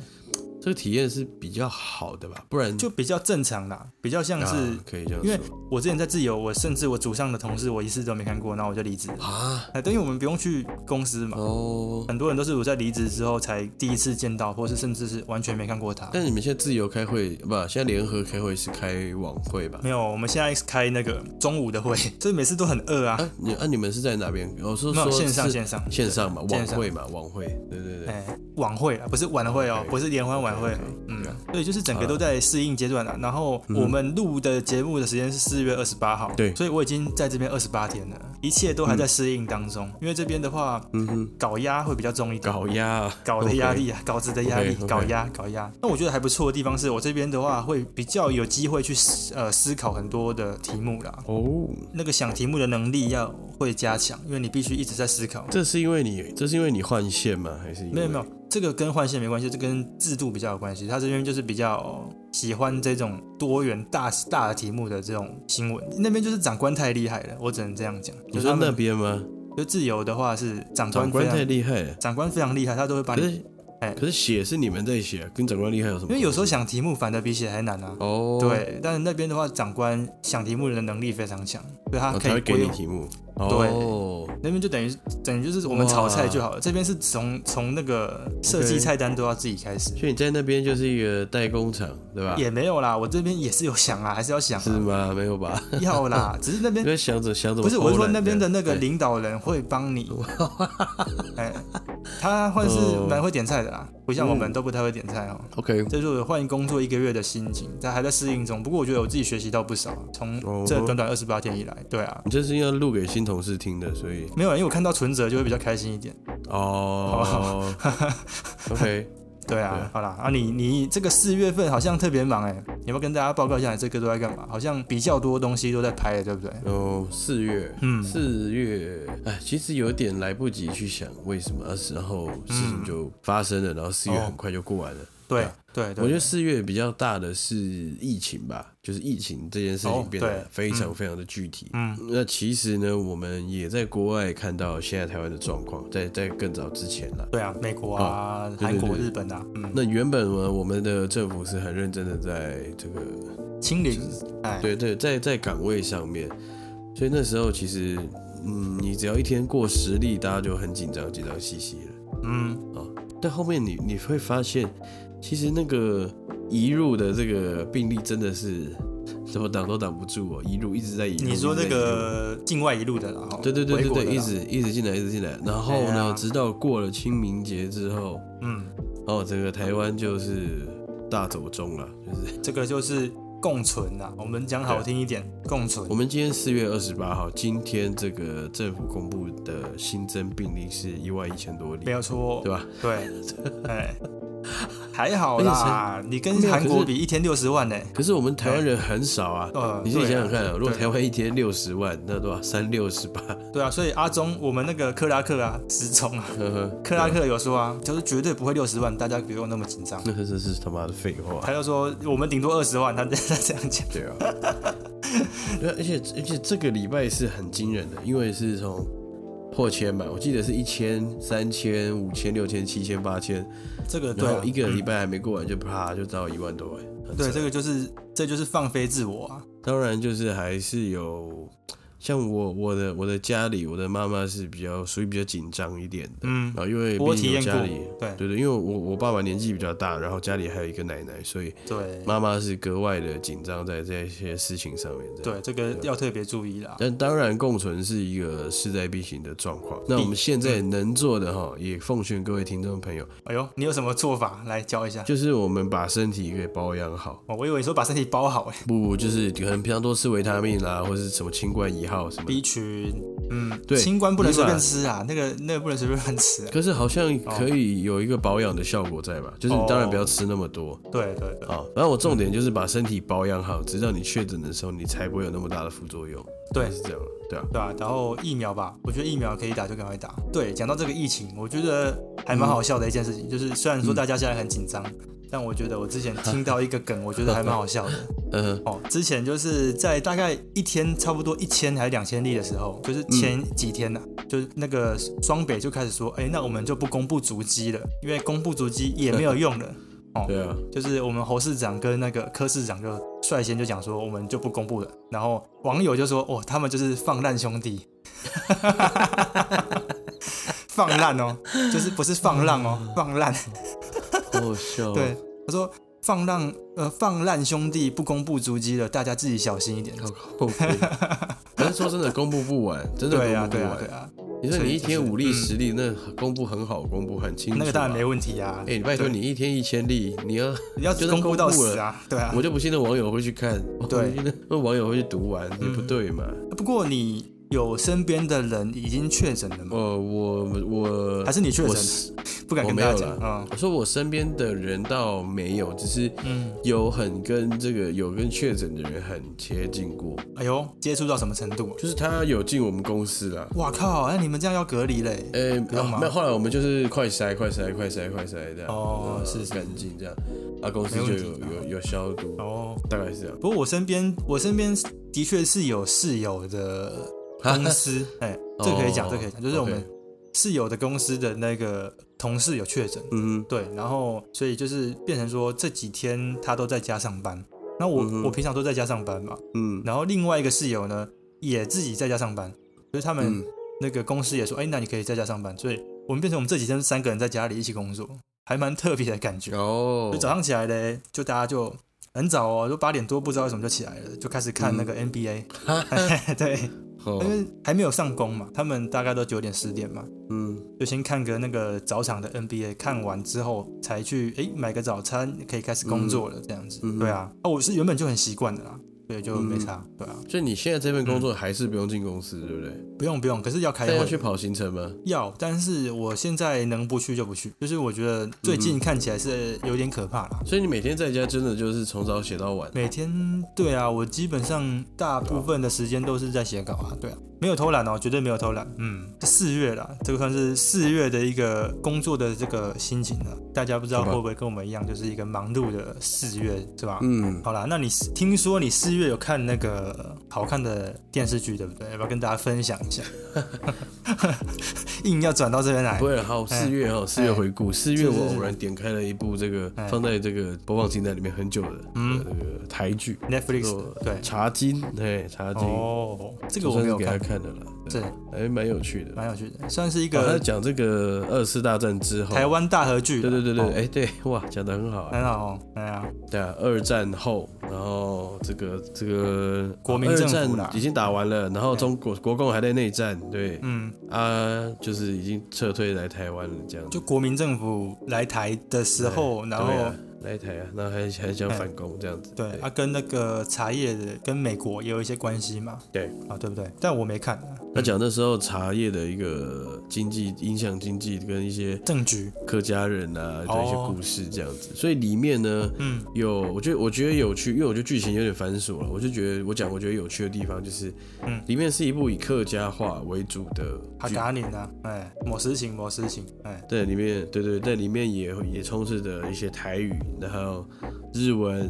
[SPEAKER 1] 这个体验是比较好的吧，不然
[SPEAKER 2] 就比较正常啦，比较像是
[SPEAKER 1] 啊、可以这样
[SPEAKER 2] 因为
[SPEAKER 1] 说
[SPEAKER 2] 我之前在自由，我甚至我组上的同事我一次都没看过，然后我就离职了。
[SPEAKER 1] 啊，
[SPEAKER 2] 哎，等于我们不用去公司嘛。
[SPEAKER 1] 哦，
[SPEAKER 2] 很多人都是我在离职之后才第一次见到，或是甚至是完全没看过他。
[SPEAKER 1] 但你们现在自由开会不？现在联合开会是开晚会吧？
[SPEAKER 2] 没有，我们现在开那个中午的会， 所以每次都很饿啊。
[SPEAKER 1] 啊，你啊，你们是在哪边？我是
[SPEAKER 2] 没
[SPEAKER 1] 说
[SPEAKER 2] 有线上
[SPEAKER 1] 是
[SPEAKER 2] 线上
[SPEAKER 1] 线上嘛，
[SPEAKER 2] 线
[SPEAKER 1] 晚
[SPEAKER 2] 上
[SPEAKER 1] 会嘛，晚会，对对对，
[SPEAKER 2] 哎、晚会啊，不是晚会哦
[SPEAKER 1] OK，
[SPEAKER 2] 不是联欢晚会
[SPEAKER 1] OK，OK，
[SPEAKER 2] 嗯
[SPEAKER 1] 对啊，嗯
[SPEAKER 2] 对，就是整个都在适应阶段了、然后我们录的节目的时间是四月二十八号，
[SPEAKER 1] 对
[SPEAKER 2] 所以我已经在这边二十八天了，一切都还在适应当中。因为这边的话，
[SPEAKER 1] 嗯哼，
[SPEAKER 2] 搞压会比较重一点，
[SPEAKER 1] 搞压，
[SPEAKER 2] 搞的压力啊，稿子的压力
[SPEAKER 1] OK，OK
[SPEAKER 2] 搞压搞压。那我觉得还不错的地方是我这边的话，会比较有机会去思呃思考很多的题目啦。
[SPEAKER 1] 哦，
[SPEAKER 2] 那个想题目的能力要会加强，因为你必须一直在思考。
[SPEAKER 1] 这是因为你，这是因为你换线吗？还是因为
[SPEAKER 2] 没有没有，这个跟换线没关系，这跟制度比较有关系。他这边就是比较哦喜欢这种多元大大的题目的这种新闻，那边就是长官太厉害了，我只能这样讲。
[SPEAKER 1] 你
[SPEAKER 2] 就是
[SPEAKER 1] 说
[SPEAKER 2] 他
[SPEAKER 1] 那
[SPEAKER 2] 们
[SPEAKER 1] 边吗？
[SPEAKER 2] 就自由的话是长
[SPEAKER 1] 长
[SPEAKER 2] 官
[SPEAKER 1] 官
[SPEAKER 2] 非
[SPEAKER 1] 太
[SPEAKER 2] 常
[SPEAKER 1] 厉害了，
[SPEAKER 2] 长官非常厉害，他都会把
[SPEAKER 1] 可
[SPEAKER 2] 你，
[SPEAKER 1] 是
[SPEAKER 2] 哎
[SPEAKER 1] 可是写是你们在写，啊跟长官厉害有什么
[SPEAKER 2] 因
[SPEAKER 1] 关
[SPEAKER 2] 为
[SPEAKER 1] 系？
[SPEAKER 2] 有时候想题目反而比写还难啊。
[SPEAKER 1] 哦，
[SPEAKER 2] 对，但是那边的话，长官想题目的能力非常强，所以他
[SPEAKER 1] 哦，
[SPEAKER 2] 可
[SPEAKER 1] 他
[SPEAKER 2] 以
[SPEAKER 1] 会给
[SPEAKER 2] 规
[SPEAKER 1] 你
[SPEAKER 2] 划。
[SPEAKER 1] 题目，
[SPEAKER 2] 对
[SPEAKER 1] 哦，
[SPEAKER 2] 那边就等于等于就是我们炒菜就好了，这边是从从那个设计
[SPEAKER 1] OK
[SPEAKER 2] 菜单都要自己开始。
[SPEAKER 1] 所以你在那边就是一个代工厂，对吧？
[SPEAKER 2] 也没有啦，我这边也是有想啊，还是要想、啊。
[SPEAKER 1] 啊是吗？没有 吧？
[SPEAKER 2] 要 啦，只是那
[SPEAKER 1] 因
[SPEAKER 2] 边
[SPEAKER 1] 为想着想着，
[SPEAKER 2] 不是，我是说那边的那个领导人会 帮你，哎，他会是
[SPEAKER 1] 哦嗯
[SPEAKER 2] 蛮会点菜的啦，不像我们都不太会点菜哦。
[SPEAKER 1] OK，
[SPEAKER 2] 这就是我换工作一个月的心情，但还在适应中。不过我觉得我自己学习到不少，从
[SPEAKER 1] 哦
[SPEAKER 2] 这短短二十八天以来，对啊，
[SPEAKER 1] 你这是要录给新同事听的，所以
[SPEAKER 2] 没有，因为我看到存折就会比较开心一点。
[SPEAKER 1] 哦，OK，
[SPEAKER 2] 对
[SPEAKER 1] 对
[SPEAKER 2] 啊，好啦，啊你你这个四月份好像特别忙哎，你要不要跟大家报告一下你这个都在干嘛？好像比较多东西都在拍了，对不对？
[SPEAKER 1] 哦，四月，
[SPEAKER 2] 嗯
[SPEAKER 1] 四月，哎，其实有点来不及去想为什么，然后事情就发生了，然后四月
[SPEAKER 2] 哦
[SPEAKER 1] 很快就过完了。
[SPEAKER 2] 对
[SPEAKER 1] 啊
[SPEAKER 2] 对对，
[SPEAKER 1] 我觉得四月比较大的是疫情吧，就是疫情这件事
[SPEAKER 2] 哦
[SPEAKER 1] 情变
[SPEAKER 2] 对
[SPEAKER 1] 得非常非常的具体。
[SPEAKER 2] 嗯，
[SPEAKER 1] 那其实呢，我们也在国外看到现在台湾的状况，在在更早之前了。
[SPEAKER 2] 对啊，美国啊、
[SPEAKER 1] 对
[SPEAKER 2] 韩
[SPEAKER 1] 对
[SPEAKER 2] 国、
[SPEAKER 1] 对
[SPEAKER 2] 日本啊，嗯，
[SPEAKER 1] 那原本呢，我们的政府是很认真的在这个
[SPEAKER 2] 清零，哎，
[SPEAKER 1] 对对，在在岗位上面，所以那时候其实，嗯，你只要一天过十例，大家就很紧张，紧张兮兮了。
[SPEAKER 2] 嗯，
[SPEAKER 1] 但后面你你会发现，其实那个移入的这个病例真的是怎么挡都挡不住哦，移入一直在移入。
[SPEAKER 2] 你说
[SPEAKER 1] 一直
[SPEAKER 2] 那
[SPEAKER 1] 在移入。
[SPEAKER 2] 个境外一路的啦，哦
[SPEAKER 1] 对对对
[SPEAKER 2] 回
[SPEAKER 1] 对
[SPEAKER 2] 国的
[SPEAKER 1] 对，
[SPEAKER 2] 啦
[SPEAKER 1] 一直一直进来，一直进来。然后
[SPEAKER 2] 哎
[SPEAKER 1] 呢，
[SPEAKER 2] 呀
[SPEAKER 1] 直到过了清明节之后，
[SPEAKER 2] 嗯，
[SPEAKER 1] 哦，整个台湾就是大走中了，就是
[SPEAKER 2] 这个就是共存啦，我们讲好听一点，共存
[SPEAKER 1] 我，们今天四月二十八号，今天这个政府公布的新增病例是一万一千多例
[SPEAKER 2] 没，有错
[SPEAKER 1] 对，吧？
[SPEAKER 2] 对，哎，还好啦，你跟
[SPEAKER 1] 没有
[SPEAKER 2] 韩
[SPEAKER 1] 可
[SPEAKER 2] 国
[SPEAKER 1] 是
[SPEAKER 2] 比一天六十万呢，
[SPEAKER 1] 可是我们台湾人很少啊，
[SPEAKER 2] 呃，
[SPEAKER 1] 你自己想想
[SPEAKER 2] 对啊
[SPEAKER 1] 看啊，如果
[SPEAKER 2] 对
[SPEAKER 1] 台湾一天六十万，那多少？三六十八，
[SPEAKER 2] 对啊，所以阿中，我们那个克拉克啊，失踪 啊，
[SPEAKER 1] 呵呵，
[SPEAKER 2] 克拉克有说啊，就是绝对不会六十万，大家不用那么紧张。
[SPEAKER 1] 那真是他妈的废话。
[SPEAKER 2] 他就说我们顶多二十万，他他这样 讲，
[SPEAKER 1] 对啊，对啊而且而且这个礼拜是很惊人的，因为是从破千嘛，我记得是一千、三千、五千、六千、七千、八千，
[SPEAKER 2] 这个对
[SPEAKER 1] 然
[SPEAKER 2] 啊
[SPEAKER 1] 后一个礼拜还没过完就啪就到一万多哎，很
[SPEAKER 2] 对，
[SPEAKER 1] 扯
[SPEAKER 2] 这个就是这就是放飞自我啊。
[SPEAKER 1] 当然，就是还是有像我我的我的家里，我的妈妈是比较属于比较紧张一点的，
[SPEAKER 2] 嗯
[SPEAKER 1] 然，后因为
[SPEAKER 2] 我
[SPEAKER 1] 毕竟
[SPEAKER 2] 体验
[SPEAKER 1] 有家
[SPEAKER 2] 过
[SPEAKER 1] 里，，
[SPEAKER 2] 对
[SPEAKER 1] 对对，因为我我爸爸年纪比较大，然后家里还有一个奶奶，所以
[SPEAKER 2] 对
[SPEAKER 1] 妈妈是格外的紧张在这些事情上面。这样，
[SPEAKER 2] 对，这个要特别注意啦。
[SPEAKER 1] 但当然共存是一个势在必行的状况。那我们现在能做的哈，也奉劝各位听众朋友，
[SPEAKER 2] 哎呦，你有什么做法来教一下？
[SPEAKER 1] 啊就是我们把身体给保养好，
[SPEAKER 2] 哦，我以为你说把身体包好哎、
[SPEAKER 1] 不如就是可能平常多吃维他命啊啦，或是什么清冠一号什么的。
[SPEAKER 2] b 群，嗯，
[SPEAKER 1] 对
[SPEAKER 2] 清官不能
[SPEAKER 1] 你
[SPEAKER 2] 随
[SPEAKER 1] 把
[SPEAKER 2] 便吃啊，那个那个不能随便乱吃、啊。
[SPEAKER 1] 可是好像可以有一个保养的效果在
[SPEAKER 2] 哦
[SPEAKER 1] 吧？就是你当然不要吃那么多
[SPEAKER 2] 对对对
[SPEAKER 1] 啊。然后我重点就是把身体保养好，直到你确诊的时候，你才不会有那么大的副作用。
[SPEAKER 2] 对
[SPEAKER 1] 是这样，对啊。
[SPEAKER 2] 对啊，然后疫苗吧，我觉得疫苗可以打就赶快打。对，讲到这个疫情，我觉得还蛮好笑的一件事情，就是虽然说大家现在很紧张，但我觉得我之前听到一个梗，我觉得还蛮好笑的。
[SPEAKER 1] 嗯
[SPEAKER 2] 哦，之前就是在大概一天差不多一千还是两千例的时候，就是前几天呐、就是那个双北就开始说，哎、那我们就不公布足迹了，因为公布足迹也没有用了。
[SPEAKER 1] 哼，对啊，
[SPEAKER 2] 就是我们侯市长跟那个柯市长就率先就讲说，我们就不公布了。然后网友就说，哦，他们就是放烂兄弟， 放烂哦，就是不是放浪哦，
[SPEAKER 1] 嗯
[SPEAKER 2] 放烂。
[SPEAKER 1] 好笑。啊
[SPEAKER 2] 对，，他说放浪，呃，放烂兄弟不公布足迹了，大家自己小心一点。
[SPEAKER 1] 好恐怖。 可是说真的，公布不完，真的
[SPEAKER 2] 对呀、
[SPEAKER 1] 公布
[SPEAKER 2] 对啊
[SPEAKER 1] 不
[SPEAKER 2] 呀、对
[SPEAKER 1] 完。
[SPEAKER 2] 呀、
[SPEAKER 1] 你说你一天五例
[SPEAKER 2] 所以就是
[SPEAKER 1] 十例，那公布很好，公布很清楚。
[SPEAKER 2] 啊那个当然没
[SPEAKER 1] 有。
[SPEAKER 2] 问题啊。
[SPEAKER 1] 哎，你拜托
[SPEAKER 2] 对啊
[SPEAKER 1] 你一天一千例，你要
[SPEAKER 2] 你要
[SPEAKER 1] 就是
[SPEAKER 2] 公布到
[SPEAKER 1] 公布了
[SPEAKER 2] 死啊，对啊
[SPEAKER 1] 我。就不信那网友会去看，
[SPEAKER 2] 对，
[SPEAKER 1] 那网友会去读完，也不对嘛。
[SPEAKER 2] 不过你有身边的人已经确诊了吗？
[SPEAKER 1] 哦，我我
[SPEAKER 2] 嗯还是你确
[SPEAKER 1] 我
[SPEAKER 2] 诊？
[SPEAKER 1] 是
[SPEAKER 2] 不敢
[SPEAKER 1] 我
[SPEAKER 2] 跟
[SPEAKER 1] 没
[SPEAKER 2] 大家
[SPEAKER 1] 有
[SPEAKER 2] 讲
[SPEAKER 1] 啦
[SPEAKER 2] 啊。
[SPEAKER 1] 我说我身边的人倒没有，只是
[SPEAKER 2] 嗯，
[SPEAKER 1] 有很跟这个有跟确诊的人很接近过，
[SPEAKER 2] 哎呦，接触到什么程度啊？
[SPEAKER 1] 就是他有进我们公司啦。
[SPEAKER 2] 哇靠！哎那你们这样要隔离嘞？
[SPEAKER 1] 呃、
[SPEAKER 2] 用
[SPEAKER 1] 啊
[SPEAKER 2] 吗
[SPEAKER 1] 没有，后来我们就是快筛、快筛、快筛、快筛这样，
[SPEAKER 2] 哦
[SPEAKER 1] 然后
[SPEAKER 2] 是是
[SPEAKER 1] 干净这样，啊，公司
[SPEAKER 2] 没
[SPEAKER 1] 就
[SPEAKER 2] 问题
[SPEAKER 1] 有有有消毒，
[SPEAKER 2] 哦，
[SPEAKER 1] 大概是这样。
[SPEAKER 2] 不过我身边，我身边的确是有室友的公 司，哎，这可以讲，
[SPEAKER 1] 啊哦
[SPEAKER 2] 这可以讲，就是我们
[SPEAKER 1] OK
[SPEAKER 2] 室友的公司的那个同事有确诊，
[SPEAKER 1] 嗯
[SPEAKER 2] 对，然后所以就是变成说这几天他都在家上班，那我、
[SPEAKER 1] 嗯哼
[SPEAKER 2] 我平常都在家上班嘛，
[SPEAKER 1] 嗯
[SPEAKER 2] 然后另外一个室友呢也自己在家上班，所以他们
[SPEAKER 1] 嗯，
[SPEAKER 2] 那个公司也说，哎、那你可以在家上班，所以我们变成我们这几天三个人在家里一起工作，还蛮特别的感觉。
[SPEAKER 1] 哦
[SPEAKER 2] 就，早上起来嘞，就大家就很早哦，就八点多不知道为什么就起来了，就开始看那
[SPEAKER 1] 嗯
[SPEAKER 2] 个 NBA，、对， 因
[SPEAKER 1] 哦，
[SPEAKER 2] 为还没有上工嘛，他们大概都九点十点嘛，
[SPEAKER 1] 嗯，
[SPEAKER 2] 就先看个那个早场的 NBA，看完之后才去诶买个早餐，可以开始工作了，这样子。
[SPEAKER 1] 嗯哼
[SPEAKER 2] 对啊，啊我是原本就很习惯的啦，所以就没差。对啊，
[SPEAKER 1] 所以你现在这份工
[SPEAKER 2] 嗯
[SPEAKER 1] 作还是不用进公司，对不对？
[SPEAKER 2] 不用不用，可是要开
[SPEAKER 1] 但要去
[SPEAKER 2] 会。
[SPEAKER 1] 跑行程吗？
[SPEAKER 2] 要，但是我现在能不去就不去，就是我觉得最近看起来是有点可怕啦。
[SPEAKER 1] 所以你每天在家真的就是从早写到晚，
[SPEAKER 2] 每天对啊，我基本上大
[SPEAKER 1] 啊
[SPEAKER 2] 部分的时间都是在写稿啊，对啊，没有偷懒哦，绝对没有偷懒。嗯，四月啦，这个算是四月的一个工作的这个心情了。大家不知道
[SPEAKER 1] 好吧
[SPEAKER 2] 会不会跟我们一样，就是一个忙碌的四月，是吧？
[SPEAKER 1] 嗯，
[SPEAKER 2] 好啦，那你听说你四月有看那个好看的电视剧，对不对？要不要跟大家分享一下？ 硬要转到这边来
[SPEAKER 1] 不，会了，好，四月哈，四月回顾，四月
[SPEAKER 2] 哎是是
[SPEAKER 1] 我
[SPEAKER 2] 是
[SPEAKER 1] 偶然点开了一部这个
[SPEAKER 2] 哎
[SPEAKER 1] 放在这个播放清单里面很久的，嗯，
[SPEAKER 2] 嗯
[SPEAKER 1] 这个台剧叫
[SPEAKER 2] ，Netflix
[SPEAKER 1] 做
[SPEAKER 2] 对
[SPEAKER 1] 《茶金》，对，《茶金》
[SPEAKER 2] 哦，这个
[SPEAKER 1] 就
[SPEAKER 2] 我
[SPEAKER 1] 算是
[SPEAKER 2] 没有
[SPEAKER 1] 给他
[SPEAKER 2] 看，
[SPEAKER 1] 看的了，
[SPEAKER 2] 对，
[SPEAKER 1] 还蛮有趣的。
[SPEAKER 2] 蛮有趣的，算是一
[SPEAKER 1] 哦他
[SPEAKER 2] 个
[SPEAKER 1] 讲这个二次大战之后，
[SPEAKER 2] 台湾大合剧啦。
[SPEAKER 1] 对对对
[SPEAKER 2] 哦
[SPEAKER 1] 对，哎对，哇，讲的很好啊，
[SPEAKER 2] 很好哦，哎呀，
[SPEAKER 1] 对啊，二战后，然后这个这个
[SPEAKER 2] 国民
[SPEAKER 1] 二
[SPEAKER 2] 政府
[SPEAKER 1] 战
[SPEAKER 2] 啦哎
[SPEAKER 1] 已经打完了，然后中国国共还在内战，对
[SPEAKER 2] 嗯，
[SPEAKER 1] 啊，就是已经撤退来台湾了这样子。
[SPEAKER 2] 就国民政府来台的时候，然
[SPEAKER 1] 对
[SPEAKER 2] 后
[SPEAKER 1] 啊来台啊，然后还还想反攻这样子。
[SPEAKER 2] 对，啊，跟那个茶叶的跟美国也有一些关系嘛，
[SPEAKER 1] 对
[SPEAKER 2] 啊，对不对？但我没看啊
[SPEAKER 1] 他讲那时候茶叶的一个经济影响经济跟一些
[SPEAKER 2] 政局，
[SPEAKER 1] 客家人啊的一些
[SPEAKER 2] 哦
[SPEAKER 1] 故事这样子，所以里面呢。
[SPEAKER 2] 嗯
[SPEAKER 1] 有，我觉得我觉得有趣，因为我觉得剧情有点繁琐了。我就觉得我讲，我觉得有趣的地方就是，
[SPEAKER 2] 嗯
[SPEAKER 1] 里面是一部以客家话为主的
[SPEAKER 2] 哈
[SPEAKER 1] 剧，
[SPEAKER 2] 嘎宁啊，哎，某事情某事情，哎，
[SPEAKER 1] 对，里面对对，在里面也也充斥着一些台语，然后日文，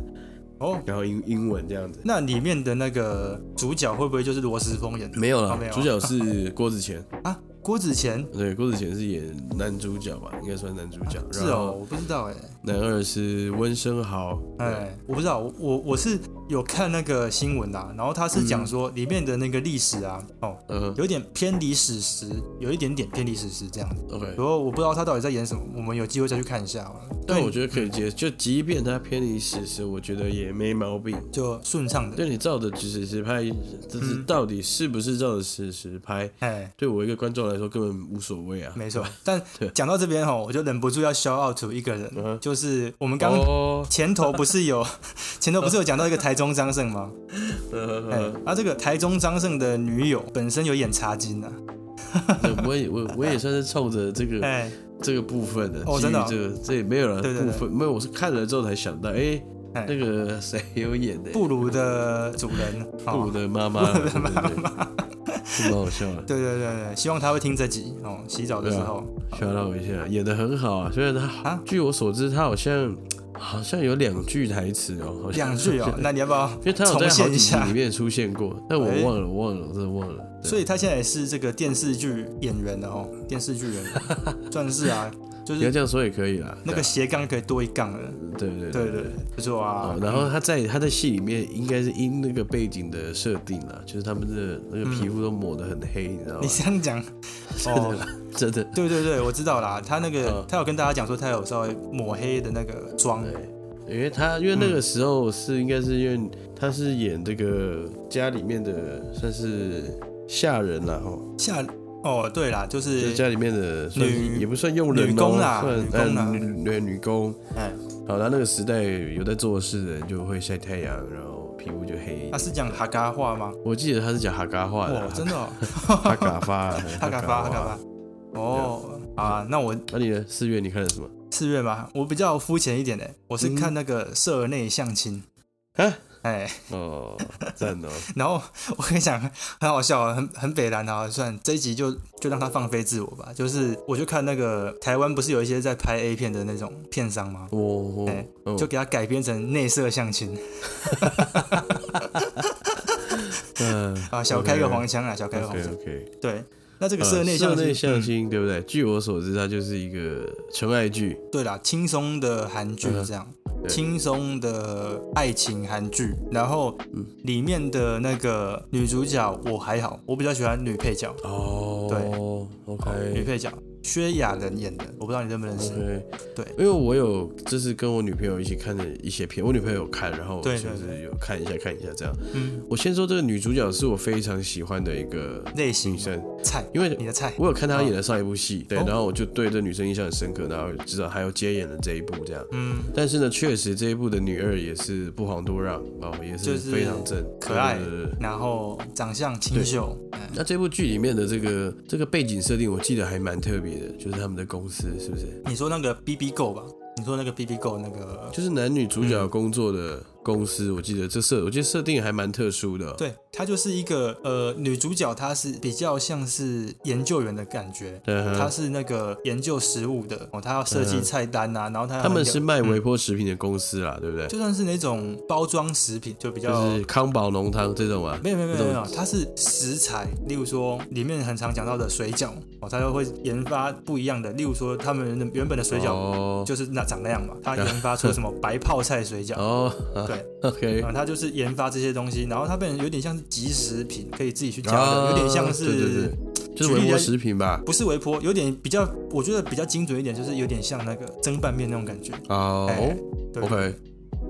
[SPEAKER 2] 哦，
[SPEAKER 1] 然后英英文这样子。
[SPEAKER 2] 那里面的那个主角会不会就是罗斯峰演的
[SPEAKER 1] 没有
[SPEAKER 2] 哦
[SPEAKER 1] 啦
[SPEAKER 2] 没，有
[SPEAKER 1] 主角是郭子乾，
[SPEAKER 2] 啊？郭子乾
[SPEAKER 1] 对，郭子乾是演男主角吧，应该算男主角。
[SPEAKER 2] 是哦，，我不知道哎、
[SPEAKER 1] 男二是温升豪，
[SPEAKER 2] 哎，我不知道，我我我是有看那个新闻啦、然后他是讲说里面的那个历史啊，哦，
[SPEAKER 1] 嗯
[SPEAKER 2] 有点偏离史实，有一点点偏离史实这样子。
[SPEAKER 1] ，OK
[SPEAKER 2] 不。过我不知道他到底在演什么，我们有机会再去看一下好了。
[SPEAKER 1] 但我觉得可以接受，就即便他偏离史实，我觉得也没毛病。
[SPEAKER 2] 就顺畅的，
[SPEAKER 1] 对你照着史实拍，就是
[SPEAKER 2] 嗯
[SPEAKER 1] 到底是不是照着史实拍，
[SPEAKER 2] 哎，
[SPEAKER 1] 对我一个观众来说根本无所谓啊。
[SPEAKER 2] 没错。但
[SPEAKER 1] 对
[SPEAKER 2] 讲到这边哦，我就忍不住要 shout out to 一个
[SPEAKER 1] 嗯哼
[SPEAKER 2] 人，就是我们刚
[SPEAKER 1] 哦，
[SPEAKER 2] 前头不是 有前头不是有讲到一个台中张胜吗？
[SPEAKER 1] 嗯
[SPEAKER 2] 哎，啊，这个台中张胜的女友本身有演茶金啊，
[SPEAKER 1] 对我也我我也算是冲着这个
[SPEAKER 2] 哎
[SPEAKER 1] 这个部分的，基
[SPEAKER 2] 哦
[SPEAKER 1] 于
[SPEAKER 2] 真的哦
[SPEAKER 1] 这个这也没有人
[SPEAKER 2] 对对
[SPEAKER 1] 部
[SPEAKER 2] 对
[SPEAKER 1] 分，没有，我是看了之后才想到，哎，
[SPEAKER 2] 哎
[SPEAKER 1] 那个谁有演的？
[SPEAKER 2] 布鲁的主人，哦
[SPEAKER 1] 布鲁的妈妈，
[SPEAKER 2] 布鲁的妈妈
[SPEAKER 1] 对对对， 是蛮好笑的，
[SPEAKER 2] 对对对对，希望他会听这集哦。洗澡的时
[SPEAKER 1] 啊
[SPEAKER 2] 候，
[SPEAKER 1] 笑到我一下，演的很好啊。虽然他
[SPEAKER 2] 啊
[SPEAKER 1] 据我所知，他好像好像有两句台词哦，好像
[SPEAKER 2] 两句哦，那你要不要
[SPEAKER 1] 因为他有在好
[SPEAKER 2] 重现一
[SPEAKER 1] 几集
[SPEAKER 2] 下
[SPEAKER 1] 里面出现过，但我
[SPEAKER 2] 哎
[SPEAKER 1] 忘了，我忘了，我真的忘了。对
[SPEAKER 2] 所以他现在也是这个电视剧演员了哦，电视剧 演员算是啊，就
[SPEAKER 1] 你要
[SPEAKER 2] 是
[SPEAKER 1] 这样说也可以啦。
[SPEAKER 2] 那个斜杠可以多一杠了。
[SPEAKER 1] 对啊对对
[SPEAKER 2] 对对对，不错啊
[SPEAKER 1] 哦。，然后他在他在戏里面应该是因那个背景的设定啦，就是他们的那个皮肤都抹得很黑，你知道吗
[SPEAKER 2] 嗯你？这 样讲，
[SPEAKER 1] 真的
[SPEAKER 2] 哦，
[SPEAKER 1] 啦，真的。
[SPEAKER 2] 对对对，我知道啦。他那个
[SPEAKER 1] 嗯
[SPEAKER 2] 他有跟大家讲说，他有稍微抹黑的那个妆，
[SPEAKER 1] 因为他因为那个时候是应该是因为他是演这个家里面的算是下人啦，哦，
[SPEAKER 2] 下哦，对啦，就
[SPEAKER 1] 就是是家里面的算是
[SPEAKER 2] 女
[SPEAKER 1] 也不算佣人哦
[SPEAKER 2] 女工啦
[SPEAKER 1] 算
[SPEAKER 2] 女工啦
[SPEAKER 1] 呃女对女工。
[SPEAKER 2] 哎，
[SPEAKER 1] 好，那那个时代有在做事的人就会晒太阳，然后皮肤就黑
[SPEAKER 2] 他。啊是讲哈嘎话吗？
[SPEAKER 1] 我记得他是讲哈嘎话的
[SPEAKER 2] 哇，
[SPEAKER 1] 啦，
[SPEAKER 2] 真的哦，
[SPEAKER 1] 哈嘎发，
[SPEAKER 2] 哈嘎发哈嘎。发。哦，好啊，那我
[SPEAKER 1] 那你呢？四月你看了什么？
[SPEAKER 2] 四月吧，我比较肤浅一点的，我是看那个社内相亲。
[SPEAKER 1] 啊
[SPEAKER 2] 哎，
[SPEAKER 1] 哦，赞哦！
[SPEAKER 2] 然后我跟你讲，很好笑啊，很很北蓝啊。算这一集就就让他放飞自我吧。就是我就看那个台湾不是有一些在拍 A 片的那种片商吗？
[SPEAKER 1] 我
[SPEAKER 2] 哎
[SPEAKER 1] 我
[SPEAKER 2] 就给他改编成内射相亲
[SPEAKER 1] 嗯
[SPEAKER 2] 啊，小开个黄腔啊，小开个黄
[SPEAKER 1] OK
[SPEAKER 2] 腔。
[SPEAKER 1] OK，
[SPEAKER 2] 对，那这个社内
[SPEAKER 1] 呃社
[SPEAKER 2] 相
[SPEAKER 1] 啊内
[SPEAKER 2] 亲，
[SPEAKER 1] 相
[SPEAKER 2] 嗯
[SPEAKER 1] 亲对不对？据我所知，它就是一个纯爱剧，
[SPEAKER 2] 对啦，轻松的韩剧这样，
[SPEAKER 1] 嗯对
[SPEAKER 2] 轻松的爱情韩剧。然后
[SPEAKER 1] 嗯
[SPEAKER 2] 里面的那个女主角我还好，我比较喜欢女配角，
[SPEAKER 1] 哦，对
[SPEAKER 2] 女
[SPEAKER 1] ，OK。
[SPEAKER 2] 配角薛雅人演的，我不知道你认不认识。
[SPEAKER 1] OK，
[SPEAKER 2] 对
[SPEAKER 1] 因为我有就是跟我女朋友一起看的一些片，我女朋友有看，然后
[SPEAKER 2] 对
[SPEAKER 1] 就
[SPEAKER 2] 对
[SPEAKER 1] 是有看一下看一下这样。
[SPEAKER 2] 嗯，
[SPEAKER 1] 我先说这个女主角是我非常喜欢的一个
[SPEAKER 2] 类型
[SPEAKER 1] 女生，
[SPEAKER 2] 菜，
[SPEAKER 1] 因为
[SPEAKER 2] 你的菜。
[SPEAKER 1] 我有看她演的上一部戏，对，
[SPEAKER 2] 哦
[SPEAKER 1] 然后我就对这女生印象很深刻，然后知道还有接演了这一部这样。
[SPEAKER 2] 嗯，
[SPEAKER 1] 但是呢，确实这一部的女二也是不遑多让哦，也是
[SPEAKER 2] 就是
[SPEAKER 1] 非常正
[SPEAKER 2] 可爱
[SPEAKER 1] 对对对对
[SPEAKER 2] 然后长相清秀，
[SPEAKER 1] 那这部剧里面的这个这个背景设定，我记得还蛮特别的，就是他们的公司是不是？
[SPEAKER 2] 你说那个 B B Go 吧？你说那个 B B Go 那个，
[SPEAKER 1] 就是男女主
[SPEAKER 2] 嗯
[SPEAKER 1] 角工作的公司，我记得这设我记得设定还蛮特殊的哦、
[SPEAKER 2] 对，她就是一个呃女主角，她是比较像是研究员的感觉。
[SPEAKER 1] 对，
[SPEAKER 2] 她
[SPEAKER 1] 他
[SPEAKER 2] 是那个研究食物的哦，她要设计菜单啊，然后她
[SPEAKER 1] 嗯他们是卖
[SPEAKER 2] 嗯
[SPEAKER 1] 微波食品的公司啦，对不对？
[SPEAKER 2] 就算是那种包装食品，就比较嗯
[SPEAKER 1] 就是康宝浓汤这种啊，
[SPEAKER 2] 没有没有没有没有，它是食材，例如说里面很常讲到的水饺哦，它就会研发不一样的，例如说他们的原本的水饺
[SPEAKER 1] 哦
[SPEAKER 2] 就是那长那样嘛， 他研发出什么白泡菜水饺，
[SPEAKER 1] 哦，
[SPEAKER 2] 对
[SPEAKER 1] ，OK，
[SPEAKER 2] 啊，他就是研发这些东西，然后它变成有点像是即食品，可以自己去加的，有点像是
[SPEAKER 1] 啊对对对，就是
[SPEAKER 2] 举例
[SPEAKER 1] 微波
[SPEAKER 2] 来
[SPEAKER 1] 食品吧？
[SPEAKER 2] 不是微波，有点比较，我觉得比较精准一点，就是有点像那个蒸拌面那种感觉。哎
[SPEAKER 1] 哦
[SPEAKER 2] 对
[SPEAKER 1] ，OK，
[SPEAKER 2] 对啊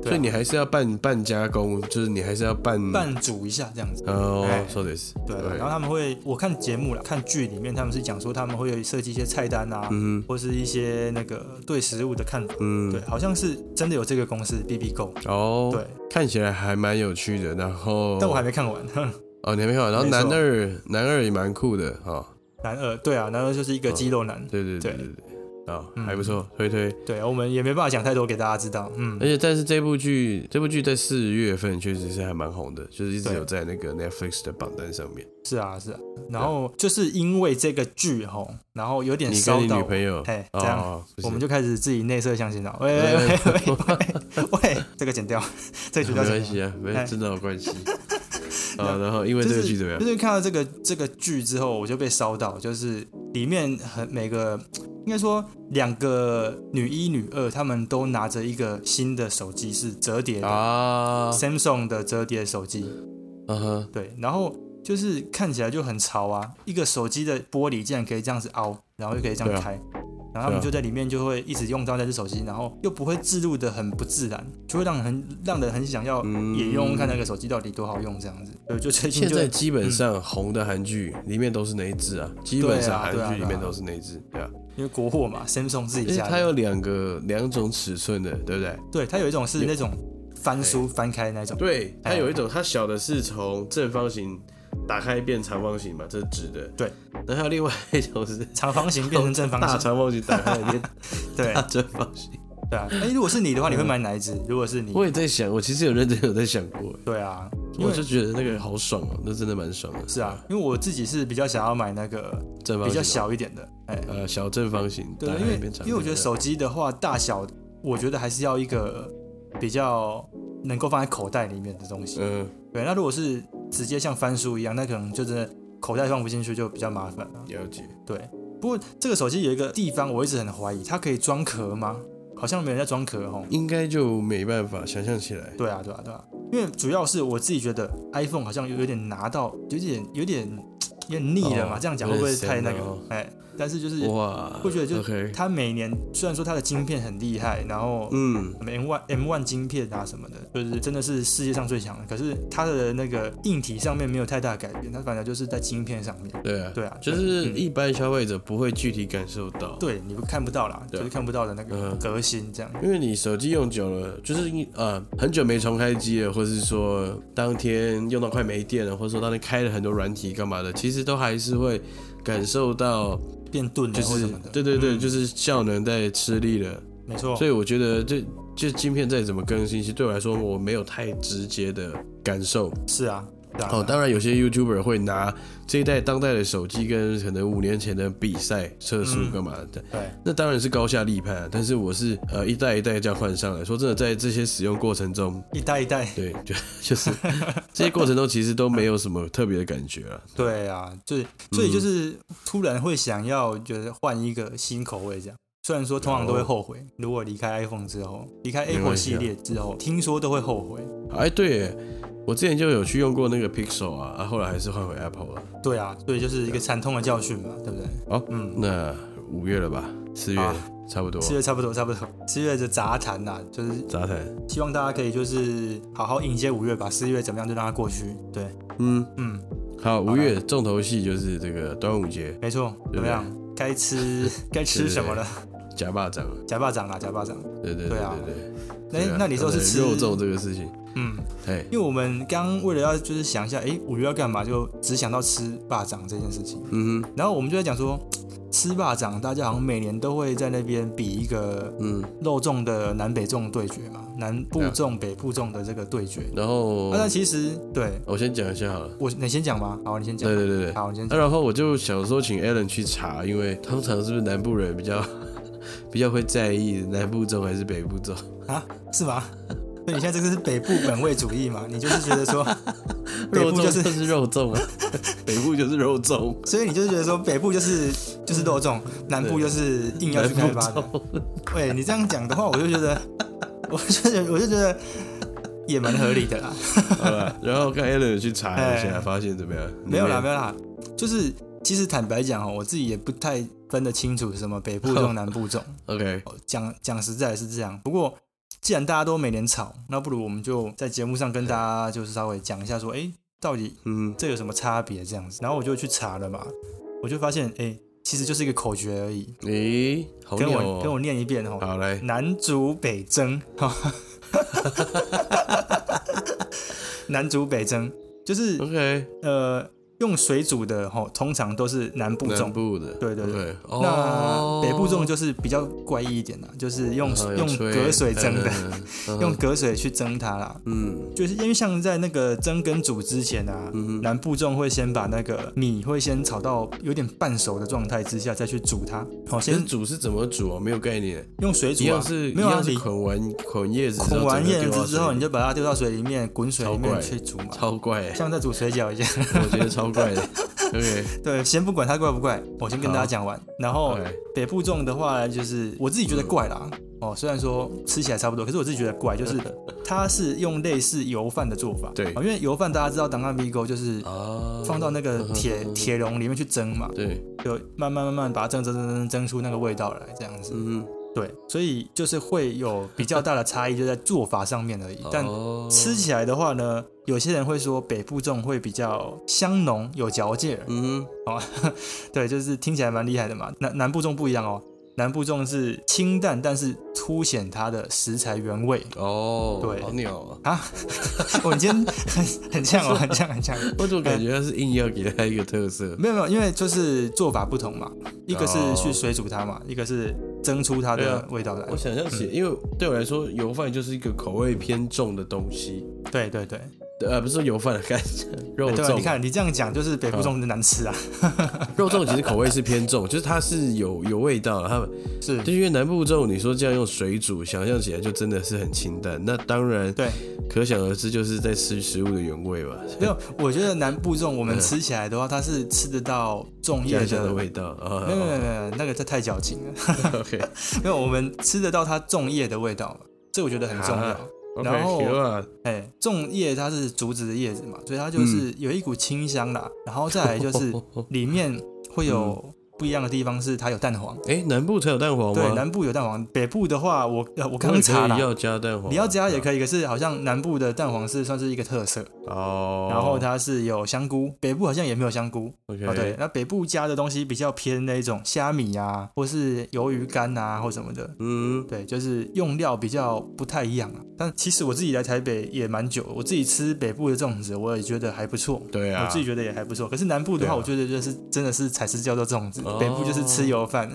[SPEAKER 1] 所以你还是要半半加工，就是你还是要半
[SPEAKER 2] 拌煮一下这样子。
[SPEAKER 1] 哦
[SPEAKER 2] 哎，
[SPEAKER 1] 说的是
[SPEAKER 2] 对，然后他们会，我看节目了，看剧里面他们是讲说他们会有设计一些菜单啊，
[SPEAKER 1] 嗯
[SPEAKER 2] 或是一些那个对食物的看法。
[SPEAKER 1] 嗯，
[SPEAKER 2] 对，好像是真的有这个公司 B B Go。
[SPEAKER 1] 哦，
[SPEAKER 2] 对，
[SPEAKER 1] 看起来还蛮有趣的。然后，
[SPEAKER 2] 但我还没看完。
[SPEAKER 1] 哦，你还没看完。然后
[SPEAKER 2] 没
[SPEAKER 1] 男
[SPEAKER 2] 错
[SPEAKER 1] 二，男二也蛮酷的哦，
[SPEAKER 2] 男二，对啊，男二就是一个肌肉男。
[SPEAKER 1] 对对对对
[SPEAKER 2] 对
[SPEAKER 1] 对，哦，
[SPEAKER 2] 嗯
[SPEAKER 1] 还不错，推推。
[SPEAKER 2] 对，我们也没办法讲太多给大家知道。嗯
[SPEAKER 1] 而，且，但是这部剧，这部剧在四月份确实是还蛮红的，就是一直
[SPEAKER 2] 对
[SPEAKER 1] 有在那个 Netflix 的榜单上面。
[SPEAKER 2] 是啊，是啊。然后就是因为这个剧吼，然后有点
[SPEAKER 1] 你
[SPEAKER 2] 烧
[SPEAKER 1] 跟你
[SPEAKER 2] 到
[SPEAKER 1] 女
[SPEAKER 2] 我，
[SPEAKER 1] 朋友，
[SPEAKER 2] 嘿这样
[SPEAKER 1] 哦，不是
[SPEAKER 2] 我们就开始自己内射相亲了。喂喂喂喂喂喂，这个剪掉， 这个
[SPEAKER 1] 没
[SPEAKER 2] 剪掉。
[SPEAKER 1] 关系啊，没
[SPEAKER 2] 哎
[SPEAKER 1] 真的有关 系。啊，然后因为
[SPEAKER 2] 就
[SPEAKER 1] 这
[SPEAKER 2] 是
[SPEAKER 1] 个剧怎么样
[SPEAKER 2] 就？是看到这个这个剧之后，我就被烧到，就是里面很每个应该说两个女一女二，她们都拿着一个新的手机，是折叠的、
[SPEAKER 1] 啊，
[SPEAKER 2] Samsung 的折叠手机，
[SPEAKER 1] 嗯哼，
[SPEAKER 2] 对，然后就是看起来就很潮啊，一个手机的玻璃竟然可以这样子凹，然后又可以这
[SPEAKER 1] 对
[SPEAKER 2] 样
[SPEAKER 1] 啊
[SPEAKER 2] 开，然后他
[SPEAKER 1] 对
[SPEAKER 2] 们
[SPEAKER 1] 啊
[SPEAKER 2] 就在里面就会一直用到那只手机，然后又不会置入的很不自然，就会让人很让人很想要
[SPEAKER 1] 嗯
[SPEAKER 2] 也用用看那个手机到底多好用这样子。对，就最近
[SPEAKER 1] 现
[SPEAKER 2] 就嗯
[SPEAKER 1] 在基本上红的韩剧里面都是那一只啊，基本上韩剧里面都是那一只，对啊，
[SPEAKER 2] 因为国货嘛，Samsung 自
[SPEAKER 1] 而
[SPEAKER 2] 己
[SPEAKER 1] 且
[SPEAKER 2] 家的
[SPEAKER 1] 它有两个两种尺寸的，对不对？
[SPEAKER 2] 对，它有一种是那种翻书翻开那种，
[SPEAKER 1] 对，
[SPEAKER 2] 哎
[SPEAKER 1] 它有一种，它小的是从正方形打开变长方形嘛，这是直的。
[SPEAKER 2] 对，
[SPEAKER 1] 然后还有另外一种是
[SPEAKER 2] 长方形变成正方
[SPEAKER 1] 大
[SPEAKER 2] 形。
[SPEAKER 1] 长方形打开 变
[SPEAKER 2] 对
[SPEAKER 1] 大正方形。
[SPEAKER 2] 对啊，哎，如果是你的话，你会买哪一只？如果是你，
[SPEAKER 1] 我也在想，我其实有认真有在想过，
[SPEAKER 2] 对啊，因
[SPEAKER 1] 我
[SPEAKER 2] 为
[SPEAKER 1] 就觉得那个好爽哦、那真的蛮爽的。
[SPEAKER 2] 是啊，，因为我自己是比较想要买那个
[SPEAKER 1] 正方形
[SPEAKER 2] 比较，小一点的，哎，
[SPEAKER 1] 呃，小正方形打
[SPEAKER 2] 对，啊
[SPEAKER 1] 开
[SPEAKER 2] 因为
[SPEAKER 1] 变长，
[SPEAKER 2] 因为我觉得手机的话大小，我觉得还是要一个比较能够放在口袋里面的东西。
[SPEAKER 1] 嗯，
[SPEAKER 2] 对，那如果是直接像翻书一样，那可能就真的口袋放不进去就比较麻烦了。
[SPEAKER 1] 了解。
[SPEAKER 2] 对，不过这个手机有一个地方我一直很怀疑，它可以装壳吗？好像没人在装壳哦。
[SPEAKER 1] 应该就没办法想象起来。
[SPEAKER 2] 对啊，对啊，对啊，因为主要是我自己觉得 iPhone 好像有有点拿到，有点有点有点腻了嘛。
[SPEAKER 1] 哦
[SPEAKER 2] 这样讲会不会
[SPEAKER 1] 有点
[SPEAKER 2] 太那个
[SPEAKER 1] 深了哦？
[SPEAKER 2] 哎，但是就是
[SPEAKER 1] 哇，
[SPEAKER 2] 我觉得就
[SPEAKER 1] OK，
[SPEAKER 2] 它每年虽然说它的晶片很厉害，然后
[SPEAKER 1] 嗯，
[SPEAKER 2] 什么 M one M one 晶片啊什么的，就是真的是世界上最强的。可是它的那个硬体上面没有太大改变，它反正就是在晶片上面。
[SPEAKER 1] 对啊，
[SPEAKER 2] 对啊
[SPEAKER 1] 就是
[SPEAKER 2] 嗯
[SPEAKER 1] 一般消费者不会具体感受到。
[SPEAKER 2] 对，你不看不到啦，
[SPEAKER 1] 对
[SPEAKER 2] 就
[SPEAKER 1] 啊
[SPEAKER 2] 是看不到的那个
[SPEAKER 1] 嗯
[SPEAKER 2] 革新这样。
[SPEAKER 1] 因为你手机用久了，就是你呃很久没重开机了，或是说当天用到快没电了，或者说当天开了很多软体干嘛的，其实都还是会感受到，
[SPEAKER 2] 变钝了
[SPEAKER 1] 就
[SPEAKER 2] 或
[SPEAKER 1] 是
[SPEAKER 2] 什么的。
[SPEAKER 1] 对对对，
[SPEAKER 2] 嗯
[SPEAKER 1] 就是效能在吃力了。
[SPEAKER 2] 没错。
[SPEAKER 1] 所以我觉得这这晶片再怎么更新，其实对我来说我没有太直接的感受。
[SPEAKER 2] 是啊，对啊
[SPEAKER 1] 哦，当然有些 YouTuber 会拿这一代当代的手机跟可能五年前的比赛测速
[SPEAKER 2] 嗯
[SPEAKER 1] 干嘛的，
[SPEAKER 2] 对，
[SPEAKER 1] 那当然是高下立判、啊。但是我是呃一代一代这样换上来，说真的，在这些使用过程中，
[SPEAKER 2] 一代一代。
[SPEAKER 1] 对，就 就是这些过程中其实都没有什么特别的感觉啊。
[SPEAKER 2] 对啊，就是
[SPEAKER 1] 嗯
[SPEAKER 2] 所以就是突然会想要觉得换一个新口味这样。虽然说通常都会后悔，如果离开 iPhone 之后，离开
[SPEAKER 1] 哦没
[SPEAKER 2] Apple
[SPEAKER 1] 关系
[SPEAKER 2] 系
[SPEAKER 1] 啊
[SPEAKER 2] 列之后，听说都会后悔。
[SPEAKER 1] 哎，对耶，我之前就有去用过那个 Pixel 啊，啊后来还是换回 Apple 了。
[SPEAKER 2] 对啊，所以就是一个惨痛的教训嘛，对不对？
[SPEAKER 1] 好
[SPEAKER 2] 嗯，
[SPEAKER 1] 那五月了吧，四月、
[SPEAKER 2] 啊
[SPEAKER 1] 差不多，
[SPEAKER 2] 四月差不多，差不多，四月的杂谈呐、就是
[SPEAKER 1] 杂谈。
[SPEAKER 2] 希望大家可以就是好好迎接五月吧，四月怎么样就让它过去。对，
[SPEAKER 1] 嗯，
[SPEAKER 2] 嗯，
[SPEAKER 1] 好，
[SPEAKER 2] 好
[SPEAKER 1] 五月重头戏就是这个端午节
[SPEAKER 2] 没错，
[SPEAKER 1] 对
[SPEAKER 2] 怎么样？该 吃该吃什么了？
[SPEAKER 1] 夹霸掌，
[SPEAKER 2] 夹霸掌啦，夹霸掌。
[SPEAKER 1] 对对对
[SPEAKER 2] 对啊
[SPEAKER 1] 对对。
[SPEAKER 2] 哎、
[SPEAKER 1] 对啊
[SPEAKER 2] 那你说是
[SPEAKER 1] 对
[SPEAKER 2] 吃
[SPEAKER 1] 肉粽这个事情，
[SPEAKER 2] 嗯，
[SPEAKER 1] 哎，
[SPEAKER 2] 因为我们刚为了要就是想一下，哎，五月要干嘛，就只想到吃霸掌这件事情。
[SPEAKER 1] 嗯哼，
[SPEAKER 2] 然后我们就在讲说，吃霸掌，大家好像每年都会在那边比一个
[SPEAKER 1] 嗯，
[SPEAKER 2] 肉粽的南北粽对决嘛，南部粽、北部粽的这个对决。
[SPEAKER 1] 然后
[SPEAKER 2] 啊那、但其实对
[SPEAKER 1] 我先讲一下好了，
[SPEAKER 2] 我，你先讲吧。好，你先讲
[SPEAKER 1] 对。对对对，
[SPEAKER 2] 好，你先
[SPEAKER 1] 那
[SPEAKER 2] 讲。
[SPEAKER 1] 啊然后我就想说请 Alan 去查，因为通常是不是南部人比较 比较会在意南部粽还是北部粽？
[SPEAKER 2] 啊是吗？ 所以你现在这个是北部本位主义嘛？你就是觉得说，北
[SPEAKER 1] 肉
[SPEAKER 2] 部
[SPEAKER 1] 粽就
[SPEAKER 2] 就
[SPEAKER 1] 是是肉粽 啊，北部就是肉粽，
[SPEAKER 2] 所以你就是觉得说，北部就是就是肉粽，南部就是硬要
[SPEAKER 1] 南
[SPEAKER 2] 去
[SPEAKER 1] 部
[SPEAKER 2] 开发的。
[SPEAKER 1] 粽，
[SPEAKER 2] 喂，你这样讲的话，我就觉得，我就觉得，我就觉得也蛮合理的 啦。
[SPEAKER 1] 好 了，然后看 Alan 有去查一
[SPEAKER 2] 哎
[SPEAKER 1] 下，发现怎么样？
[SPEAKER 2] 没有啦，没
[SPEAKER 1] 有，
[SPEAKER 2] 有啦，就是其实坦白讲哦，我自己也不太分得清楚什么北部粽、南部粽。
[SPEAKER 1] OK，
[SPEAKER 2] 哦讲讲实在是这样，不过既然大家都每年吵，那不如我们就在节目上跟大家就是稍微讲一下说，哎，到底
[SPEAKER 1] 嗯，
[SPEAKER 2] 这有什么差别这样子。然后我就去查了嘛，我就发现，哎，其实就是一个口诀而已。
[SPEAKER 1] 咦，好
[SPEAKER 2] 跟
[SPEAKER 1] 鸟
[SPEAKER 2] 我跟
[SPEAKER 1] 哦，
[SPEAKER 2] 我念一遍哦，
[SPEAKER 1] 好来，
[SPEAKER 2] 南竹北征，哈， 南竹北征就是
[SPEAKER 1] ，OK，
[SPEAKER 2] 呃用水煮的哈，通常都是南部
[SPEAKER 1] 南
[SPEAKER 2] 粽，
[SPEAKER 1] 部的，
[SPEAKER 2] 对对对
[SPEAKER 1] OK，
[SPEAKER 2] 那
[SPEAKER 1] 哦，
[SPEAKER 2] 北部粽就是比较怪异一点啦，就是用
[SPEAKER 1] 然后有
[SPEAKER 2] 用
[SPEAKER 1] 吹
[SPEAKER 2] 隔水蒸的，，
[SPEAKER 1] 嗯嗯
[SPEAKER 2] 用隔水去蒸它啦。
[SPEAKER 1] 嗯
[SPEAKER 2] 就是因为像在那个蒸跟煮之前啊，
[SPEAKER 1] 嗯
[SPEAKER 2] 南部粽会先把那个米会先炒到有点半熟的状态之下再去煮它，好，
[SPEAKER 1] 其实
[SPEAKER 2] 先
[SPEAKER 1] 煮是怎么煮啊？没有概念，
[SPEAKER 2] 用水
[SPEAKER 1] 一
[SPEAKER 2] 煮啊
[SPEAKER 1] 样，是一
[SPEAKER 2] 没有啊
[SPEAKER 1] 样，是
[SPEAKER 2] 你
[SPEAKER 1] 捆完捆叶子之后，
[SPEAKER 2] 捆完
[SPEAKER 1] 整个
[SPEAKER 2] 叶
[SPEAKER 1] 丢到
[SPEAKER 2] 子之后，
[SPEAKER 1] 水
[SPEAKER 2] 你
[SPEAKER 1] 里
[SPEAKER 2] 就把它丢到水里面滚水里
[SPEAKER 1] 超
[SPEAKER 2] 面
[SPEAKER 1] 怪
[SPEAKER 2] 去煮嘛，
[SPEAKER 1] 超怪欸，
[SPEAKER 2] 像在煮水饺一样。
[SPEAKER 1] 我觉得超怪的， OK，
[SPEAKER 2] 对，先不管它怪不怪，我先跟
[SPEAKER 1] 好哎
[SPEAKER 2] 大家讲完。然后
[SPEAKER 1] OK
[SPEAKER 2] 北部粽的话，就是我自己觉得怪啦。
[SPEAKER 1] 嗯
[SPEAKER 2] 哦，虽然说吃起来差不多，可是我自己觉得怪，就是 它是用类似油饭的做法。
[SPEAKER 1] 对
[SPEAKER 2] 哦因为油饭大家知道，当 a m i g o 就是
[SPEAKER 1] 啊，
[SPEAKER 2] 放到那个铁铁笼里面去蒸嘛，
[SPEAKER 1] 对，
[SPEAKER 2] 就慢慢慢慢把它蒸蒸蒸蒸蒸出那个味道来，这样子。
[SPEAKER 1] 嗯，
[SPEAKER 2] 对，所以就是会有比较大的差异，就在做法上面而已。但
[SPEAKER 1] 哦
[SPEAKER 2] 吃起来的话呢，有些人会说北部粽会比较香浓，有嚼劲儿。
[SPEAKER 1] 嗯
[SPEAKER 2] 对，就是听起来蛮厉害的嘛。南南部粽不一样哦，南部粽是清淡，但是凸显它的食材原味。
[SPEAKER 1] 哦，
[SPEAKER 2] 对
[SPEAKER 1] 好鸟啊！
[SPEAKER 2] 我、你今天很很像哦，很像很像。
[SPEAKER 1] 我怎么感觉他是硬要给他一个特色？
[SPEAKER 2] 没有没有，因为就是做法不同嘛，一个是
[SPEAKER 1] 哦
[SPEAKER 2] 去水煮它嘛，一个是蒸出它
[SPEAKER 1] 对
[SPEAKER 2] 的
[SPEAKER 1] 啊
[SPEAKER 2] 味道来
[SPEAKER 1] 我。想象起，因为对我来说，油饭就是一个口味偏重的东西，
[SPEAKER 2] 对对对，
[SPEAKER 1] 呃，不是油饭，干肉
[SPEAKER 2] 对啊，你
[SPEAKER 1] 粽。嗯
[SPEAKER 2] 看你这样讲，就是北部粽就难吃啊。
[SPEAKER 1] 肉粽其实口味是偏重，就是它是有有味道的。它们
[SPEAKER 2] 是
[SPEAKER 1] 就是因为南部粽，你说这样用水煮，想象起来就真的是很清淡。那当然，
[SPEAKER 2] 对，
[SPEAKER 1] 可想而知，就是在吃食物的原味吧。
[SPEAKER 2] 没 有，我觉得南部粽我们吃起来的话，它是吃得到粽叶
[SPEAKER 1] 家乡
[SPEAKER 2] 的
[SPEAKER 1] 的。味道啊
[SPEAKER 2] 没有没有没有，没有那个这太矫情 了。
[SPEAKER 1] ，OK，
[SPEAKER 2] 没有，我们吃得到它粽叶的味道嘛，这我觉得很重要
[SPEAKER 1] 啊。
[SPEAKER 2] 然后
[SPEAKER 1] OK，行啊
[SPEAKER 2] 哎，粽叶它是竹子的叶子嘛，所以它就是有一股清香啦。然后再来就是 里面会有不一样的地方，是它有蛋黄。
[SPEAKER 1] 哎，南部才有蛋嗯黄吗？
[SPEAKER 2] 对，南部有蛋黄，北部的话我呃我
[SPEAKER 1] 那
[SPEAKER 2] 刚
[SPEAKER 1] 你
[SPEAKER 2] 查
[SPEAKER 1] 可以
[SPEAKER 2] 了，
[SPEAKER 1] 要哦加蛋黄，啊
[SPEAKER 2] 你要加也可以，可是好像南部的蛋黄是算是一个特色。
[SPEAKER 1] 哦。
[SPEAKER 2] 然后它是有香菇，北部好像也没有香菇。
[SPEAKER 1] OK，
[SPEAKER 2] 哦，对，那北部加的东西比较偏那种虾米啊，或是鱿鱼干啊，或什么的。
[SPEAKER 1] 嗯，
[SPEAKER 2] 对，就是用料比较不太一样啊。但其实我自己来台北也蛮久，我自己吃北部的粽子，我也觉得还不错。
[SPEAKER 1] 对啊，
[SPEAKER 2] 我自己觉得也还不错，可是南部的话，
[SPEAKER 1] 对啊
[SPEAKER 2] 我觉得就是真的是才是叫做粽子，
[SPEAKER 1] 哦
[SPEAKER 2] 北部就是吃油 饭。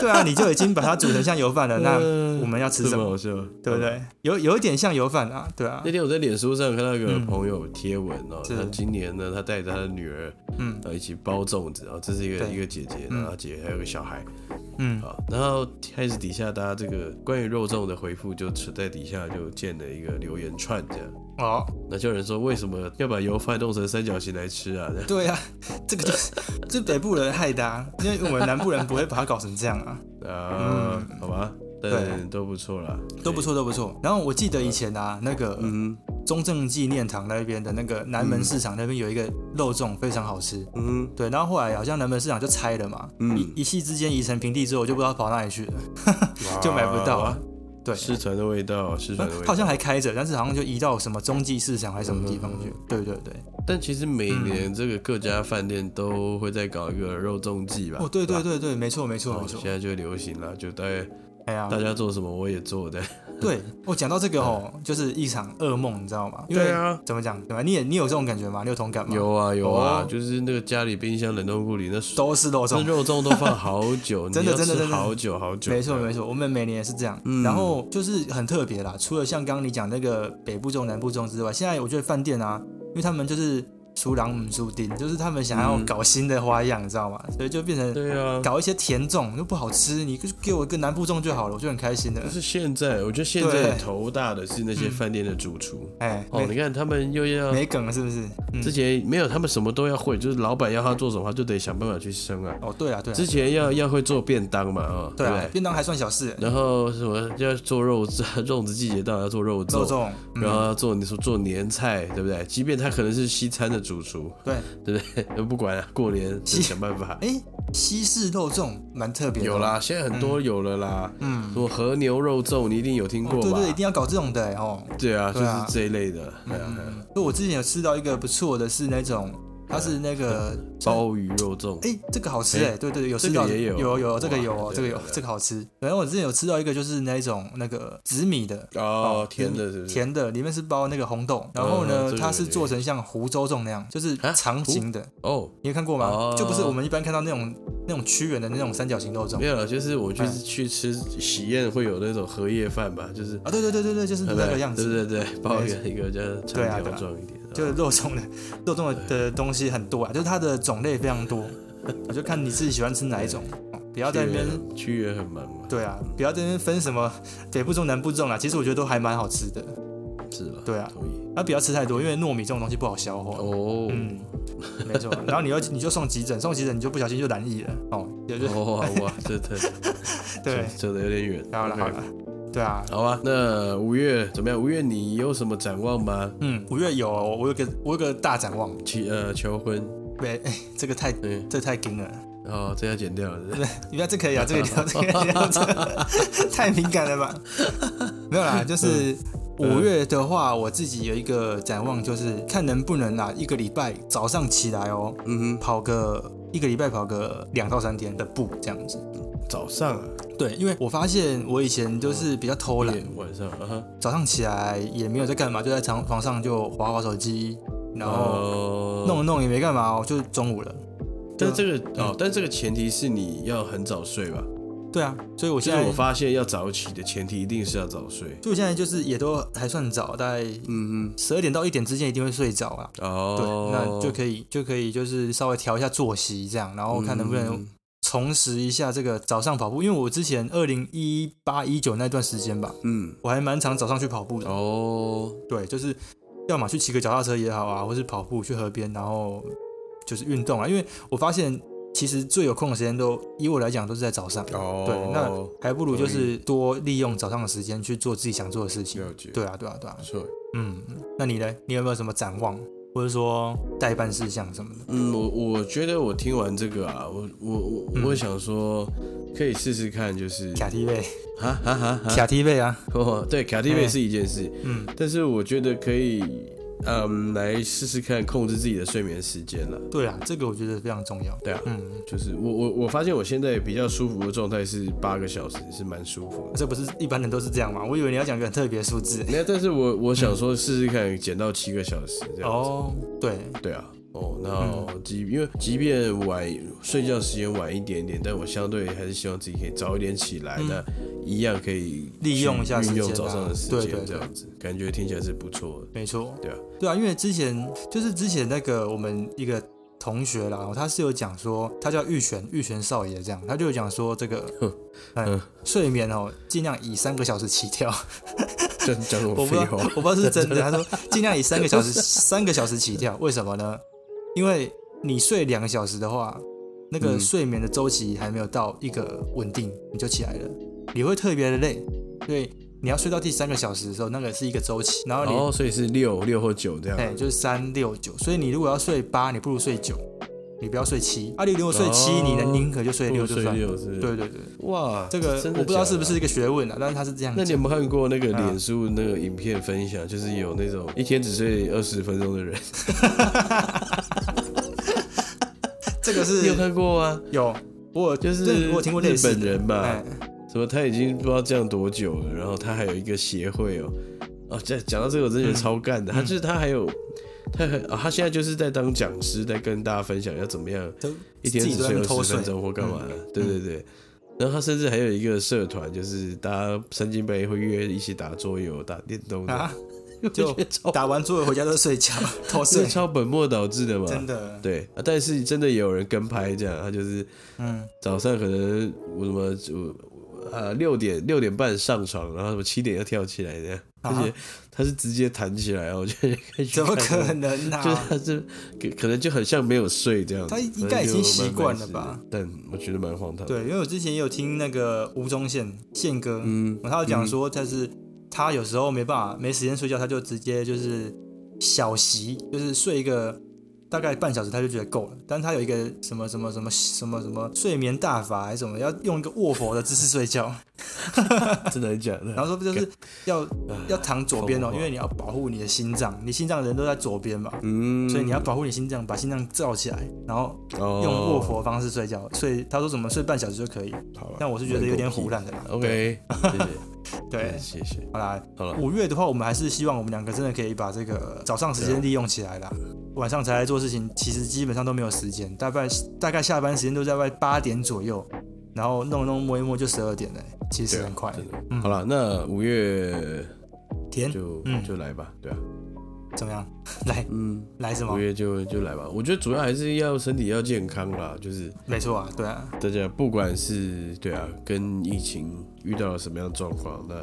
[SPEAKER 2] 对啊，你就已经把它煮成像油饭了，那
[SPEAKER 1] 嗯
[SPEAKER 2] 我们要吃
[SPEAKER 1] 这
[SPEAKER 2] 什
[SPEAKER 1] 么
[SPEAKER 2] 么？
[SPEAKER 1] 好笑，
[SPEAKER 2] 对不对？有有一点像油饭啊，对啊
[SPEAKER 1] 那，天我在脸书上看到一个
[SPEAKER 2] 嗯
[SPEAKER 1] 朋友贴文哦，
[SPEAKER 2] 是
[SPEAKER 1] 他今年呢，他带着他的女儿
[SPEAKER 2] 嗯
[SPEAKER 1] 呃一起包粽子啊，哦这是一个
[SPEAKER 2] 对
[SPEAKER 1] 一个姐姐，
[SPEAKER 2] 嗯
[SPEAKER 1] 然后她姐还有个小孩
[SPEAKER 2] 嗯，
[SPEAKER 1] 啊，然后开始底下大家这个关于肉粽的回复，就在底下就建了一个留言串这样。
[SPEAKER 2] 哦，
[SPEAKER 1] 那就有人说，为什么要把油饭弄成三角形来吃啊？
[SPEAKER 2] 对啊， 这个就是这北部人害的、啊，因为我们南部人不会把它搞成这样啊，
[SPEAKER 1] 啊，好吧，
[SPEAKER 2] 嗯对
[SPEAKER 1] 但都不错啦，
[SPEAKER 2] 都不错，都不错。然后我记得以前啊，那个
[SPEAKER 1] 对。嗯
[SPEAKER 2] 中正纪念堂那边的那个南门市场那边有一个肉粽非常好吃，
[SPEAKER 1] 嗯，
[SPEAKER 2] 对，然后后来好像南门市场就拆了嘛，
[SPEAKER 1] 嗯
[SPEAKER 2] 一一夕之间移成平地之后，我就不知道跑哪里去了，
[SPEAKER 1] 哇
[SPEAKER 2] 就买不到啊。对，
[SPEAKER 1] 失传的味道，失传的味
[SPEAKER 2] 它
[SPEAKER 1] 道。
[SPEAKER 2] 好像还开着，但是好像就移到什么中继市场还是什么地方去。对对对，
[SPEAKER 1] 但其实每
[SPEAKER 2] 嗯
[SPEAKER 1] 年这个各家饭店都会在搞一个肉粽季吧？
[SPEAKER 2] 哦，对对
[SPEAKER 1] 吧，
[SPEAKER 2] 对对，没错没错
[SPEAKER 1] 哦
[SPEAKER 2] 没错
[SPEAKER 1] 现。在就流行了，就大概
[SPEAKER 2] 哎呀，
[SPEAKER 1] 大家做什么我也做的。
[SPEAKER 2] 对我讲到这个哦，就是一场噩梦，你知道吗？因
[SPEAKER 1] 嗯
[SPEAKER 2] 为
[SPEAKER 1] 对啊
[SPEAKER 2] 怎么讲？对吧？你也你有这种感觉吗？你 有同感吗？，
[SPEAKER 1] 有啊有啊，
[SPEAKER 2] 哦
[SPEAKER 1] 就是那个家里冰箱冷冻库里那水
[SPEAKER 2] 都是 肉
[SPEAKER 1] 那
[SPEAKER 2] 粽。
[SPEAKER 1] 肉粽都放好久，
[SPEAKER 2] 真的
[SPEAKER 1] 你要吃
[SPEAKER 2] 真的真的
[SPEAKER 1] 好久好久。
[SPEAKER 2] 没错没错，我们每年也是这样。
[SPEAKER 1] 嗯
[SPEAKER 2] 然后就是很特别啦，除了像刚刚你讲那个北部粽、南部粽之外，现在我觉得饭店啊，因为他们就是熟狼母猪丁，就是他们想要
[SPEAKER 1] 嗯
[SPEAKER 2] 搞新的花样，你知道吗？所以就变成
[SPEAKER 1] 对啊，
[SPEAKER 2] 搞一些甜粽又不好吃，你就给我一个南部粽就好了，我就很开心的
[SPEAKER 1] 但。是现在我觉得现在
[SPEAKER 2] 对
[SPEAKER 1] 头大的是那些饭店的主厨
[SPEAKER 2] 哎，
[SPEAKER 1] 哦，你
[SPEAKER 2] 没
[SPEAKER 1] 看他们又要
[SPEAKER 2] 没梗了是不是？嗯
[SPEAKER 1] 之，前没有，他们什么都要会，就是老板要他做什么，他就得想办法去生啊。
[SPEAKER 2] 哦对啊对啊
[SPEAKER 1] 之前要要会做便当嘛，啊、哦，
[SPEAKER 2] 对
[SPEAKER 1] 不
[SPEAKER 2] 啊，便当还算小事，
[SPEAKER 1] 然后什么要做肉粽，粽子季 节到了要做肉粽，
[SPEAKER 2] 肉粽，嗯
[SPEAKER 1] 然后要做你说做年菜，对不对？即便他可能是西餐的主厨，
[SPEAKER 2] 对。
[SPEAKER 1] 对不对？不管了、啊过年
[SPEAKER 2] 西
[SPEAKER 1] 想办 法。
[SPEAKER 2] 哎，西式肉粽蛮特别的，
[SPEAKER 1] 有，啦，现在很多有了啦，
[SPEAKER 2] 嗯，哦
[SPEAKER 1] 什么和牛肉粽，你一定有听过吧？
[SPEAKER 2] 对对，一定要搞这种的哎哦。
[SPEAKER 1] 对啊，就
[SPEAKER 2] 对啊嗯
[SPEAKER 1] 是这一类的，对啊，对啊啊
[SPEAKER 2] 就我之前有吃到一个不错的，是那种它是那个，
[SPEAKER 1] 鲍鱼肉粽，
[SPEAKER 2] 哎，这个好吃哎，对对，对有
[SPEAKER 1] 这
[SPEAKER 2] 吃
[SPEAKER 1] 个
[SPEAKER 2] 到
[SPEAKER 1] 也有啊
[SPEAKER 2] 有有这个
[SPEAKER 1] 哇
[SPEAKER 2] 有哦
[SPEAKER 1] 对
[SPEAKER 2] 这个有
[SPEAKER 1] 对对
[SPEAKER 2] 这个好吃。然后我之前有吃到一个就是那种那个紫米的。
[SPEAKER 1] 哦，甜的是不是？
[SPEAKER 2] 嗯甜的，里面是包那个红豆，然后
[SPEAKER 1] 嗯
[SPEAKER 2] 呢，
[SPEAKER 1] 这个
[SPEAKER 2] 它是
[SPEAKER 1] 有
[SPEAKER 2] 做成像湖州粽那样，就是
[SPEAKER 1] 啊
[SPEAKER 2] 长形的，
[SPEAKER 1] 哦，
[SPEAKER 2] 你有看过吗
[SPEAKER 1] 哦？
[SPEAKER 2] 就不是我们一般看到那种那种屈原的那种三角形肉粽
[SPEAKER 1] 没有了，就是我去
[SPEAKER 2] 哎
[SPEAKER 1] 去吃喜宴会有那种荷叶饭吧，就是
[SPEAKER 2] 啊，对对对对对，就是
[SPEAKER 1] 对
[SPEAKER 2] 那
[SPEAKER 1] 不对
[SPEAKER 2] 个样子，嗯
[SPEAKER 1] 对对对，包一个一个就是
[SPEAKER 2] 对啊
[SPEAKER 1] 长
[SPEAKER 2] 对
[SPEAKER 1] 条
[SPEAKER 2] 啊
[SPEAKER 1] 状一点，
[SPEAKER 2] 就是肉粽的肉粽的的东西很多啊，就是它的种类非常多，我就看你自己喜欢吃哪一种，哦不要在那边
[SPEAKER 1] 边屈原很忙嘛，
[SPEAKER 2] 对啊，不要在那边分什么北部粽南部粽啊，其实我觉得都还蛮好吃的。
[SPEAKER 1] 是了，
[SPEAKER 2] 对啊
[SPEAKER 1] 同意。
[SPEAKER 2] 那不要吃太多，因为糯米这种东西不好消化。
[SPEAKER 1] 哦，
[SPEAKER 2] 嗯，没错。然后你又你就送急诊，送急诊你就不小心就染疫了。哦，也就
[SPEAKER 1] 哦，好 吧，这这
[SPEAKER 2] 对，
[SPEAKER 1] 扯扯得有点远。
[SPEAKER 2] 好了
[SPEAKER 1] OK
[SPEAKER 2] 好了，对啊，
[SPEAKER 1] 好吧，那五月怎么样？五月你有什么展望吗？
[SPEAKER 2] 嗯，五月有哦我有个我有个大展望，
[SPEAKER 1] 求呃求婚，
[SPEAKER 2] 对，哎这个太
[SPEAKER 1] 嗯，
[SPEAKER 2] 这太硬了。
[SPEAKER 1] 哦，这要剪掉了。是 不是
[SPEAKER 2] 你看这可 以啊，这个聊这个聊，这个太敏感了吧？没有啦，就是
[SPEAKER 1] 嗯
[SPEAKER 2] 五月的话，我自己有一个展望，就是看能不能啊，一个礼拜早上起来哦，
[SPEAKER 1] 嗯
[SPEAKER 2] 跑个一个礼拜跑个两到三天的步这样子。
[SPEAKER 1] 哼，早上啊，
[SPEAKER 2] 对，因为我发现我以前就是比较偷懒，
[SPEAKER 1] 夜晚上啊哈，
[SPEAKER 2] 早上起来也没有在干嘛，就在床床上就划划手机，然后
[SPEAKER 1] 后
[SPEAKER 2] 弄一弄也没干嘛哦，就中午了。
[SPEAKER 1] 但呃这个哦，但这个前提是你要很早睡吧？
[SPEAKER 2] 对啊，所以我
[SPEAKER 1] 其
[SPEAKER 2] 现
[SPEAKER 1] 实
[SPEAKER 2] 在
[SPEAKER 1] 我发现要早起的前提一定是要早睡。
[SPEAKER 2] 就现在就是也都还算早，大概
[SPEAKER 1] 嗯
[SPEAKER 2] 十二点到一点之间一定会睡着啊。
[SPEAKER 1] 哼，
[SPEAKER 2] 对，
[SPEAKER 1] 哦，
[SPEAKER 2] 那就可以就可以就是稍微调一下作息这样，然后看能不能
[SPEAKER 1] 嗯
[SPEAKER 2] 重拾一下这个早上跑步，因为我之前二零一八一九那段时间吧，
[SPEAKER 1] 嗯，
[SPEAKER 2] 我还蛮常早上去跑步的。
[SPEAKER 1] 哦，
[SPEAKER 2] 对，就是要么去骑个脚踏车也好啊，或是跑步去河边，然后就是运动啊。因为我发现其实最有空的时间都以我来讲都是在早上，
[SPEAKER 1] 哦，
[SPEAKER 2] 对那还不如就是多利用早上的时间去做自己想做的事情。
[SPEAKER 1] 了解，
[SPEAKER 2] 对啊，对啊，对啊
[SPEAKER 1] 不。错。
[SPEAKER 2] 嗯，那你呢？你有没有什么展望，或者说代办事项什么的？
[SPEAKER 1] 嗯，我我觉得我听完这个啊，我我我
[SPEAKER 2] 嗯
[SPEAKER 1] 我想说，可以试试看，就是
[SPEAKER 2] 卡 T 位，
[SPEAKER 1] 啊啊啊啊！
[SPEAKER 2] 卡 T 位啊，
[SPEAKER 1] 哦，对，卡蒂贝
[SPEAKER 2] 哎
[SPEAKER 1] 是一件事，
[SPEAKER 2] 嗯
[SPEAKER 1] 但是我觉得可以，嗯，来试试看控制自己的睡眠时间了。
[SPEAKER 2] 对啊，这个我觉得非常重要。
[SPEAKER 1] 对啊，
[SPEAKER 2] 嗯，
[SPEAKER 1] 就是我我我发现我现在比较舒服的状态是八个小时，是蛮舒服的。
[SPEAKER 2] 这不是一般人都是这样吗？我以为你要讲一个很特别的 数字。
[SPEAKER 1] 那但是我我想说试试看，减到七个小时这样子。
[SPEAKER 2] 哦，嗯对，
[SPEAKER 1] 对啊，哦，那即因为即便晚睡觉时间晚一点点，但我相对还是希望自己可以早一点起来，
[SPEAKER 2] 嗯
[SPEAKER 1] 那一样可以
[SPEAKER 2] 利用一下
[SPEAKER 1] 去
[SPEAKER 2] 时
[SPEAKER 1] 运
[SPEAKER 2] 间啊
[SPEAKER 1] 用早上的时
[SPEAKER 2] 对对
[SPEAKER 1] 间，
[SPEAKER 2] 对
[SPEAKER 1] 这样子感觉听起来是不错的。
[SPEAKER 2] 没错。
[SPEAKER 1] 对啊，
[SPEAKER 2] 对啊，因为之前就是之前那个我们一个同学啦，哦他是有讲说，他叫玉泉玉泉少爷这样，他就有讲说这个
[SPEAKER 1] 哼，
[SPEAKER 2] 嗯，睡眠哦，尽量以三个小时起跳。
[SPEAKER 1] 这讲什么
[SPEAKER 2] 我不知
[SPEAKER 1] 废
[SPEAKER 2] 道，
[SPEAKER 1] 话？
[SPEAKER 2] 我不知道是 真的。他说尽量以三个小时三个小时起跳，为什么呢？因为你睡两个小时的话，那个
[SPEAKER 1] 嗯
[SPEAKER 2] 睡眠的周期还没有到一个稳定，你就起来了，你会特别的累。所以你要睡到第三个小时的时候，那个是一个周期，然后你
[SPEAKER 1] 哦，所以是六六或九这样。
[SPEAKER 2] 哎、就是三六九，所以你如果要睡八，你不如睡九，你不要睡七。啊，你如果睡七，
[SPEAKER 1] 哦
[SPEAKER 2] 你能宁可就睡
[SPEAKER 1] 不如
[SPEAKER 2] 六就
[SPEAKER 1] 睡
[SPEAKER 2] 算了。
[SPEAKER 1] 六是不是
[SPEAKER 2] 对对对，
[SPEAKER 1] 哇，
[SPEAKER 2] 这个
[SPEAKER 1] 真的
[SPEAKER 2] 我不知
[SPEAKER 1] 假
[SPEAKER 2] 道
[SPEAKER 1] 的
[SPEAKER 2] 是不是
[SPEAKER 1] 啊
[SPEAKER 2] 一。个学问啊，但是他是这样
[SPEAKER 1] 那
[SPEAKER 2] 讲
[SPEAKER 1] 你。有没有看过那个
[SPEAKER 2] 啊
[SPEAKER 1] 脸书那个影片分享，就是有那种一天只睡二十分钟的人，
[SPEAKER 2] 这个
[SPEAKER 1] 你有
[SPEAKER 2] 是
[SPEAKER 1] 看过吗？
[SPEAKER 2] 有，我
[SPEAKER 1] 就是
[SPEAKER 2] 这我有听过类
[SPEAKER 1] 日
[SPEAKER 2] 似
[SPEAKER 1] 本
[SPEAKER 2] 的。
[SPEAKER 1] 人吧
[SPEAKER 2] 哎，，
[SPEAKER 1] 什么他已经不知道这样多久了，然后他还有一个协会哦，哦，这讲到这个我真的觉得超干的，
[SPEAKER 2] 嗯
[SPEAKER 1] 他就是他还有。他还、啊他现在就是在当讲师，在跟大家分享要怎么样
[SPEAKER 2] 都
[SPEAKER 1] 一天只
[SPEAKER 2] 自己在那
[SPEAKER 1] 睡
[SPEAKER 2] 边
[SPEAKER 1] 二
[SPEAKER 2] 偷
[SPEAKER 1] 十分
[SPEAKER 2] 睡嗯
[SPEAKER 1] 钟或干嘛、对对对。然后他甚至还有一个社团，就是大家三更半夜会约一起打桌游、打电动的，
[SPEAKER 2] 啊，
[SPEAKER 1] 我觉得
[SPEAKER 2] 就
[SPEAKER 1] 超
[SPEAKER 2] 打完桌游回家都睡 觉，偷
[SPEAKER 1] 这
[SPEAKER 2] 睡
[SPEAKER 1] 是，超本末倒置的嘛。
[SPEAKER 2] 真的，
[SPEAKER 1] 对、啊但是真的也有人跟拍这样，他就是
[SPEAKER 2] 嗯，
[SPEAKER 1] 早上可能我什么我呃六点六点半上床，然后什么七点要跳起来这样，
[SPEAKER 2] 啊
[SPEAKER 1] 而且他是直接弹起来，我觉得可以去
[SPEAKER 2] 怎么
[SPEAKER 1] 看
[SPEAKER 2] 可能啊呢、
[SPEAKER 1] 就是他这可可能就很像没有睡这样子，
[SPEAKER 2] 他应该已经习惯了
[SPEAKER 1] 反
[SPEAKER 2] 吧
[SPEAKER 1] 正就慢慢试？但我觉得蛮荒唐。，
[SPEAKER 2] 对，因为啊我之前也有听那个吴宗宪宪哥，
[SPEAKER 1] 嗯，
[SPEAKER 2] 他有讲说，但是他有时候没办法没时间睡觉，他就直接就是小席，就是睡一个大概半小时，他就觉得够了。但是他有一个什么什么什么什么什么睡眠大法还是什么，要用一个卧佛的姿势睡觉，
[SPEAKER 1] 嗯真的假的？
[SPEAKER 2] 然后说就是要要躺左边哦，
[SPEAKER 1] 呃疯了
[SPEAKER 2] 因为你要保护你的心脏，你心脏人都在左边嘛，
[SPEAKER 1] 嗯，哦
[SPEAKER 2] 所以你要保护你心脏，把心脏罩起来，然后
[SPEAKER 1] 用
[SPEAKER 2] 用卧佛的方式睡觉。所以他说什么睡半小时就可以，
[SPEAKER 1] 好吧
[SPEAKER 2] 但我是觉得有点胡乱的啦。
[SPEAKER 1] OK，
[SPEAKER 2] 对
[SPEAKER 1] 谢谢，，谢谢，
[SPEAKER 2] 好啦，
[SPEAKER 1] 好了，
[SPEAKER 2] 五月的话，我们还是希望我们两个真的可以把这个早上时
[SPEAKER 1] 啊
[SPEAKER 2] 间利用起来啦。晚上才来做事情，其实基本上都没有时间，大概大概下班时间都在外八点左右，然后弄一弄摸一摸就十二点了、其
[SPEAKER 1] 对
[SPEAKER 2] 实
[SPEAKER 1] 啊
[SPEAKER 2] 很快。
[SPEAKER 1] 真的
[SPEAKER 2] 嗯
[SPEAKER 1] 好了，那五月
[SPEAKER 2] 甜
[SPEAKER 1] 就
[SPEAKER 2] 嗯
[SPEAKER 1] 就来吧，对啊，
[SPEAKER 2] 怎么样？ 来
[SPEAKER 1] 嗯，
[SPEAKER 2] 来什么
[SPEAKER 1] 五？月就就来吧。我觉得主要还是要身体要健康啦，就是
[SPEAKER 2] 没错啊，对啊，
[SPEAKER 1] 大家不管是对啊，跟疫情遇到了什么样的状况，那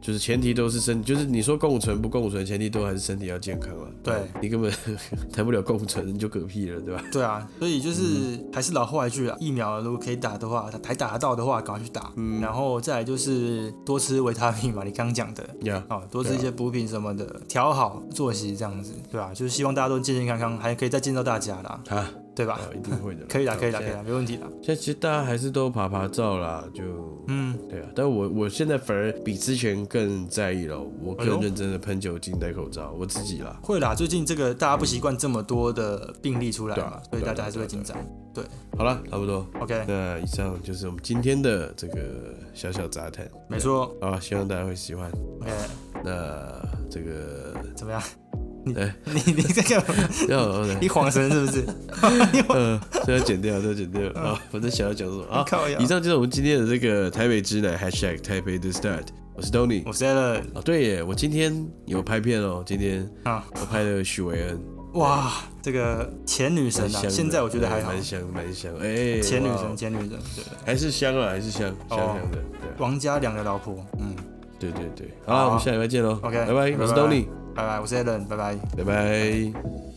[SPEAKER 1] 就是前提都是身，就是你说共存不共存，前提都还是身体要健康啊。
[SPEAKER 2] 对
[SPEAKER 1] 你根本 谈不了共存，你就嗝屁了，对吧？
[SPEAKER 2] 对啊，所以就是
[SPEAKER 1] 嗯
[SPEAKER 2] 还是老话一句啊，疫苗如果可以打的话，还打得到的话，赶快去打。
[SPEAKER 1] 嗯
[SPEAKER 2] 然后再来就是多吃维他命嘛，你刚讲的。
[SPEAKER 1] 呀、
[SPEAKER 2] 哦，多吃一些补品什么的，调好作息这样子，对吧、就是希望大家都健健康康，还可以再见到大家啦，
[SPEAKER 1] 啊，啊，
[SPEAKER 2] 对吧？。
[SPEAKER 1] 一定会的啦
[SPEAKER 2] 可以啦，可以啦，可以
[SPEAKER 1] 现在。
[SPEAKER 2] 啦，没问题啦。
[SPEAKER 1] 现在其实大家还是都爬爬照啦，就
[SPEAKER 2] 嗯，
[SPEAKER 1] 对啊。但我我现在反而比之前更在意了，我
[SPEAKER 2] 哎呦
[SPEAKER 1] 更认真的喷酒精、戴口罩，我自己啦。
[SPEAKER 2] 会啦。最近这个大家不习惯这么多的病例出来
[SPEAKER 1] 对
[SPEAKER 2] 嘛
[SPEAKER 1] 啊，
[SPEAKER 2] 所以大
[SPEAKER 1] 对
[SPEAKER 2] 家
[SPEAKER 1] 啊
[SPEAKER 2] 还是会紧张。
[SPEAKER 1] 好了，差不多。
[SPEAKER 2] OK，
[SPEAKER 1] 那以上就是我们今天的这个小小杂谈，
[SPEAKER 2] 没错。
[SPEAKER 1] 啊，希望大家会喜欢。
[SPEAKER 2] OK，
[SPEAKER 1] 那这个
[SPEAKER 2] 怎么样？你
[SPEAKER 1] 哎
[SPEAKER 2] 你你这个
[SPEAKER 1] 要
[SPEAKER 2] 你晃神是不是？
[SPEAKER 1] 呃，这要剪掉，这要剪掉啊！我在想要讲什么啊？
[SPEAKER 2] 靠呀
[SPEAKER 1] 以！上就是我们今天的这个台北之南 #hashtag 台北的 start，我是 Tony。
[SPEAKER 2] 我是 a
[SPEAKER 1] 哦，对耶，我今天有拍片哦，今天
[SPEAKER 2] 啊，
[SPEAKER 1] 我拍了许维恩，
[SPEAKER 2] 哇，这个前女神
[SPEAKER 1] 蛮香
[SPEAKER 2] 啊，
[SPEAKER 1] 的
[SPEAKER 2] 现在我觉得还
[SPEAKER 1] 对
[SPEAKER 2] 好
[SPEAKER 1] 蛮。香蛮香，哎，
[SPEAKER 2] 前女
[SPEAKER 1] 哇
[SPEAKER 2] 神，前女神，对，
[SPEAKER 1] 还是香啊，还是香，
[SPEAKER 2] 哦
[SPEAKER 1] 香香的，对啊
[SPEAKER 2] 王家良的老婆，嗯，
[SPEAKER 1] 对对对，好啦，我们下礼拜见喽
[SPEAKER 2] OK，
[SPEAKER 1] 拜拜，我是
[SPEAKER 2] 拜拜
[SPEAKER 1] Tony，
[SPEAKER 2] 拜拜，我是 a 拜拜。
[SPEAKER 1] 拜拜。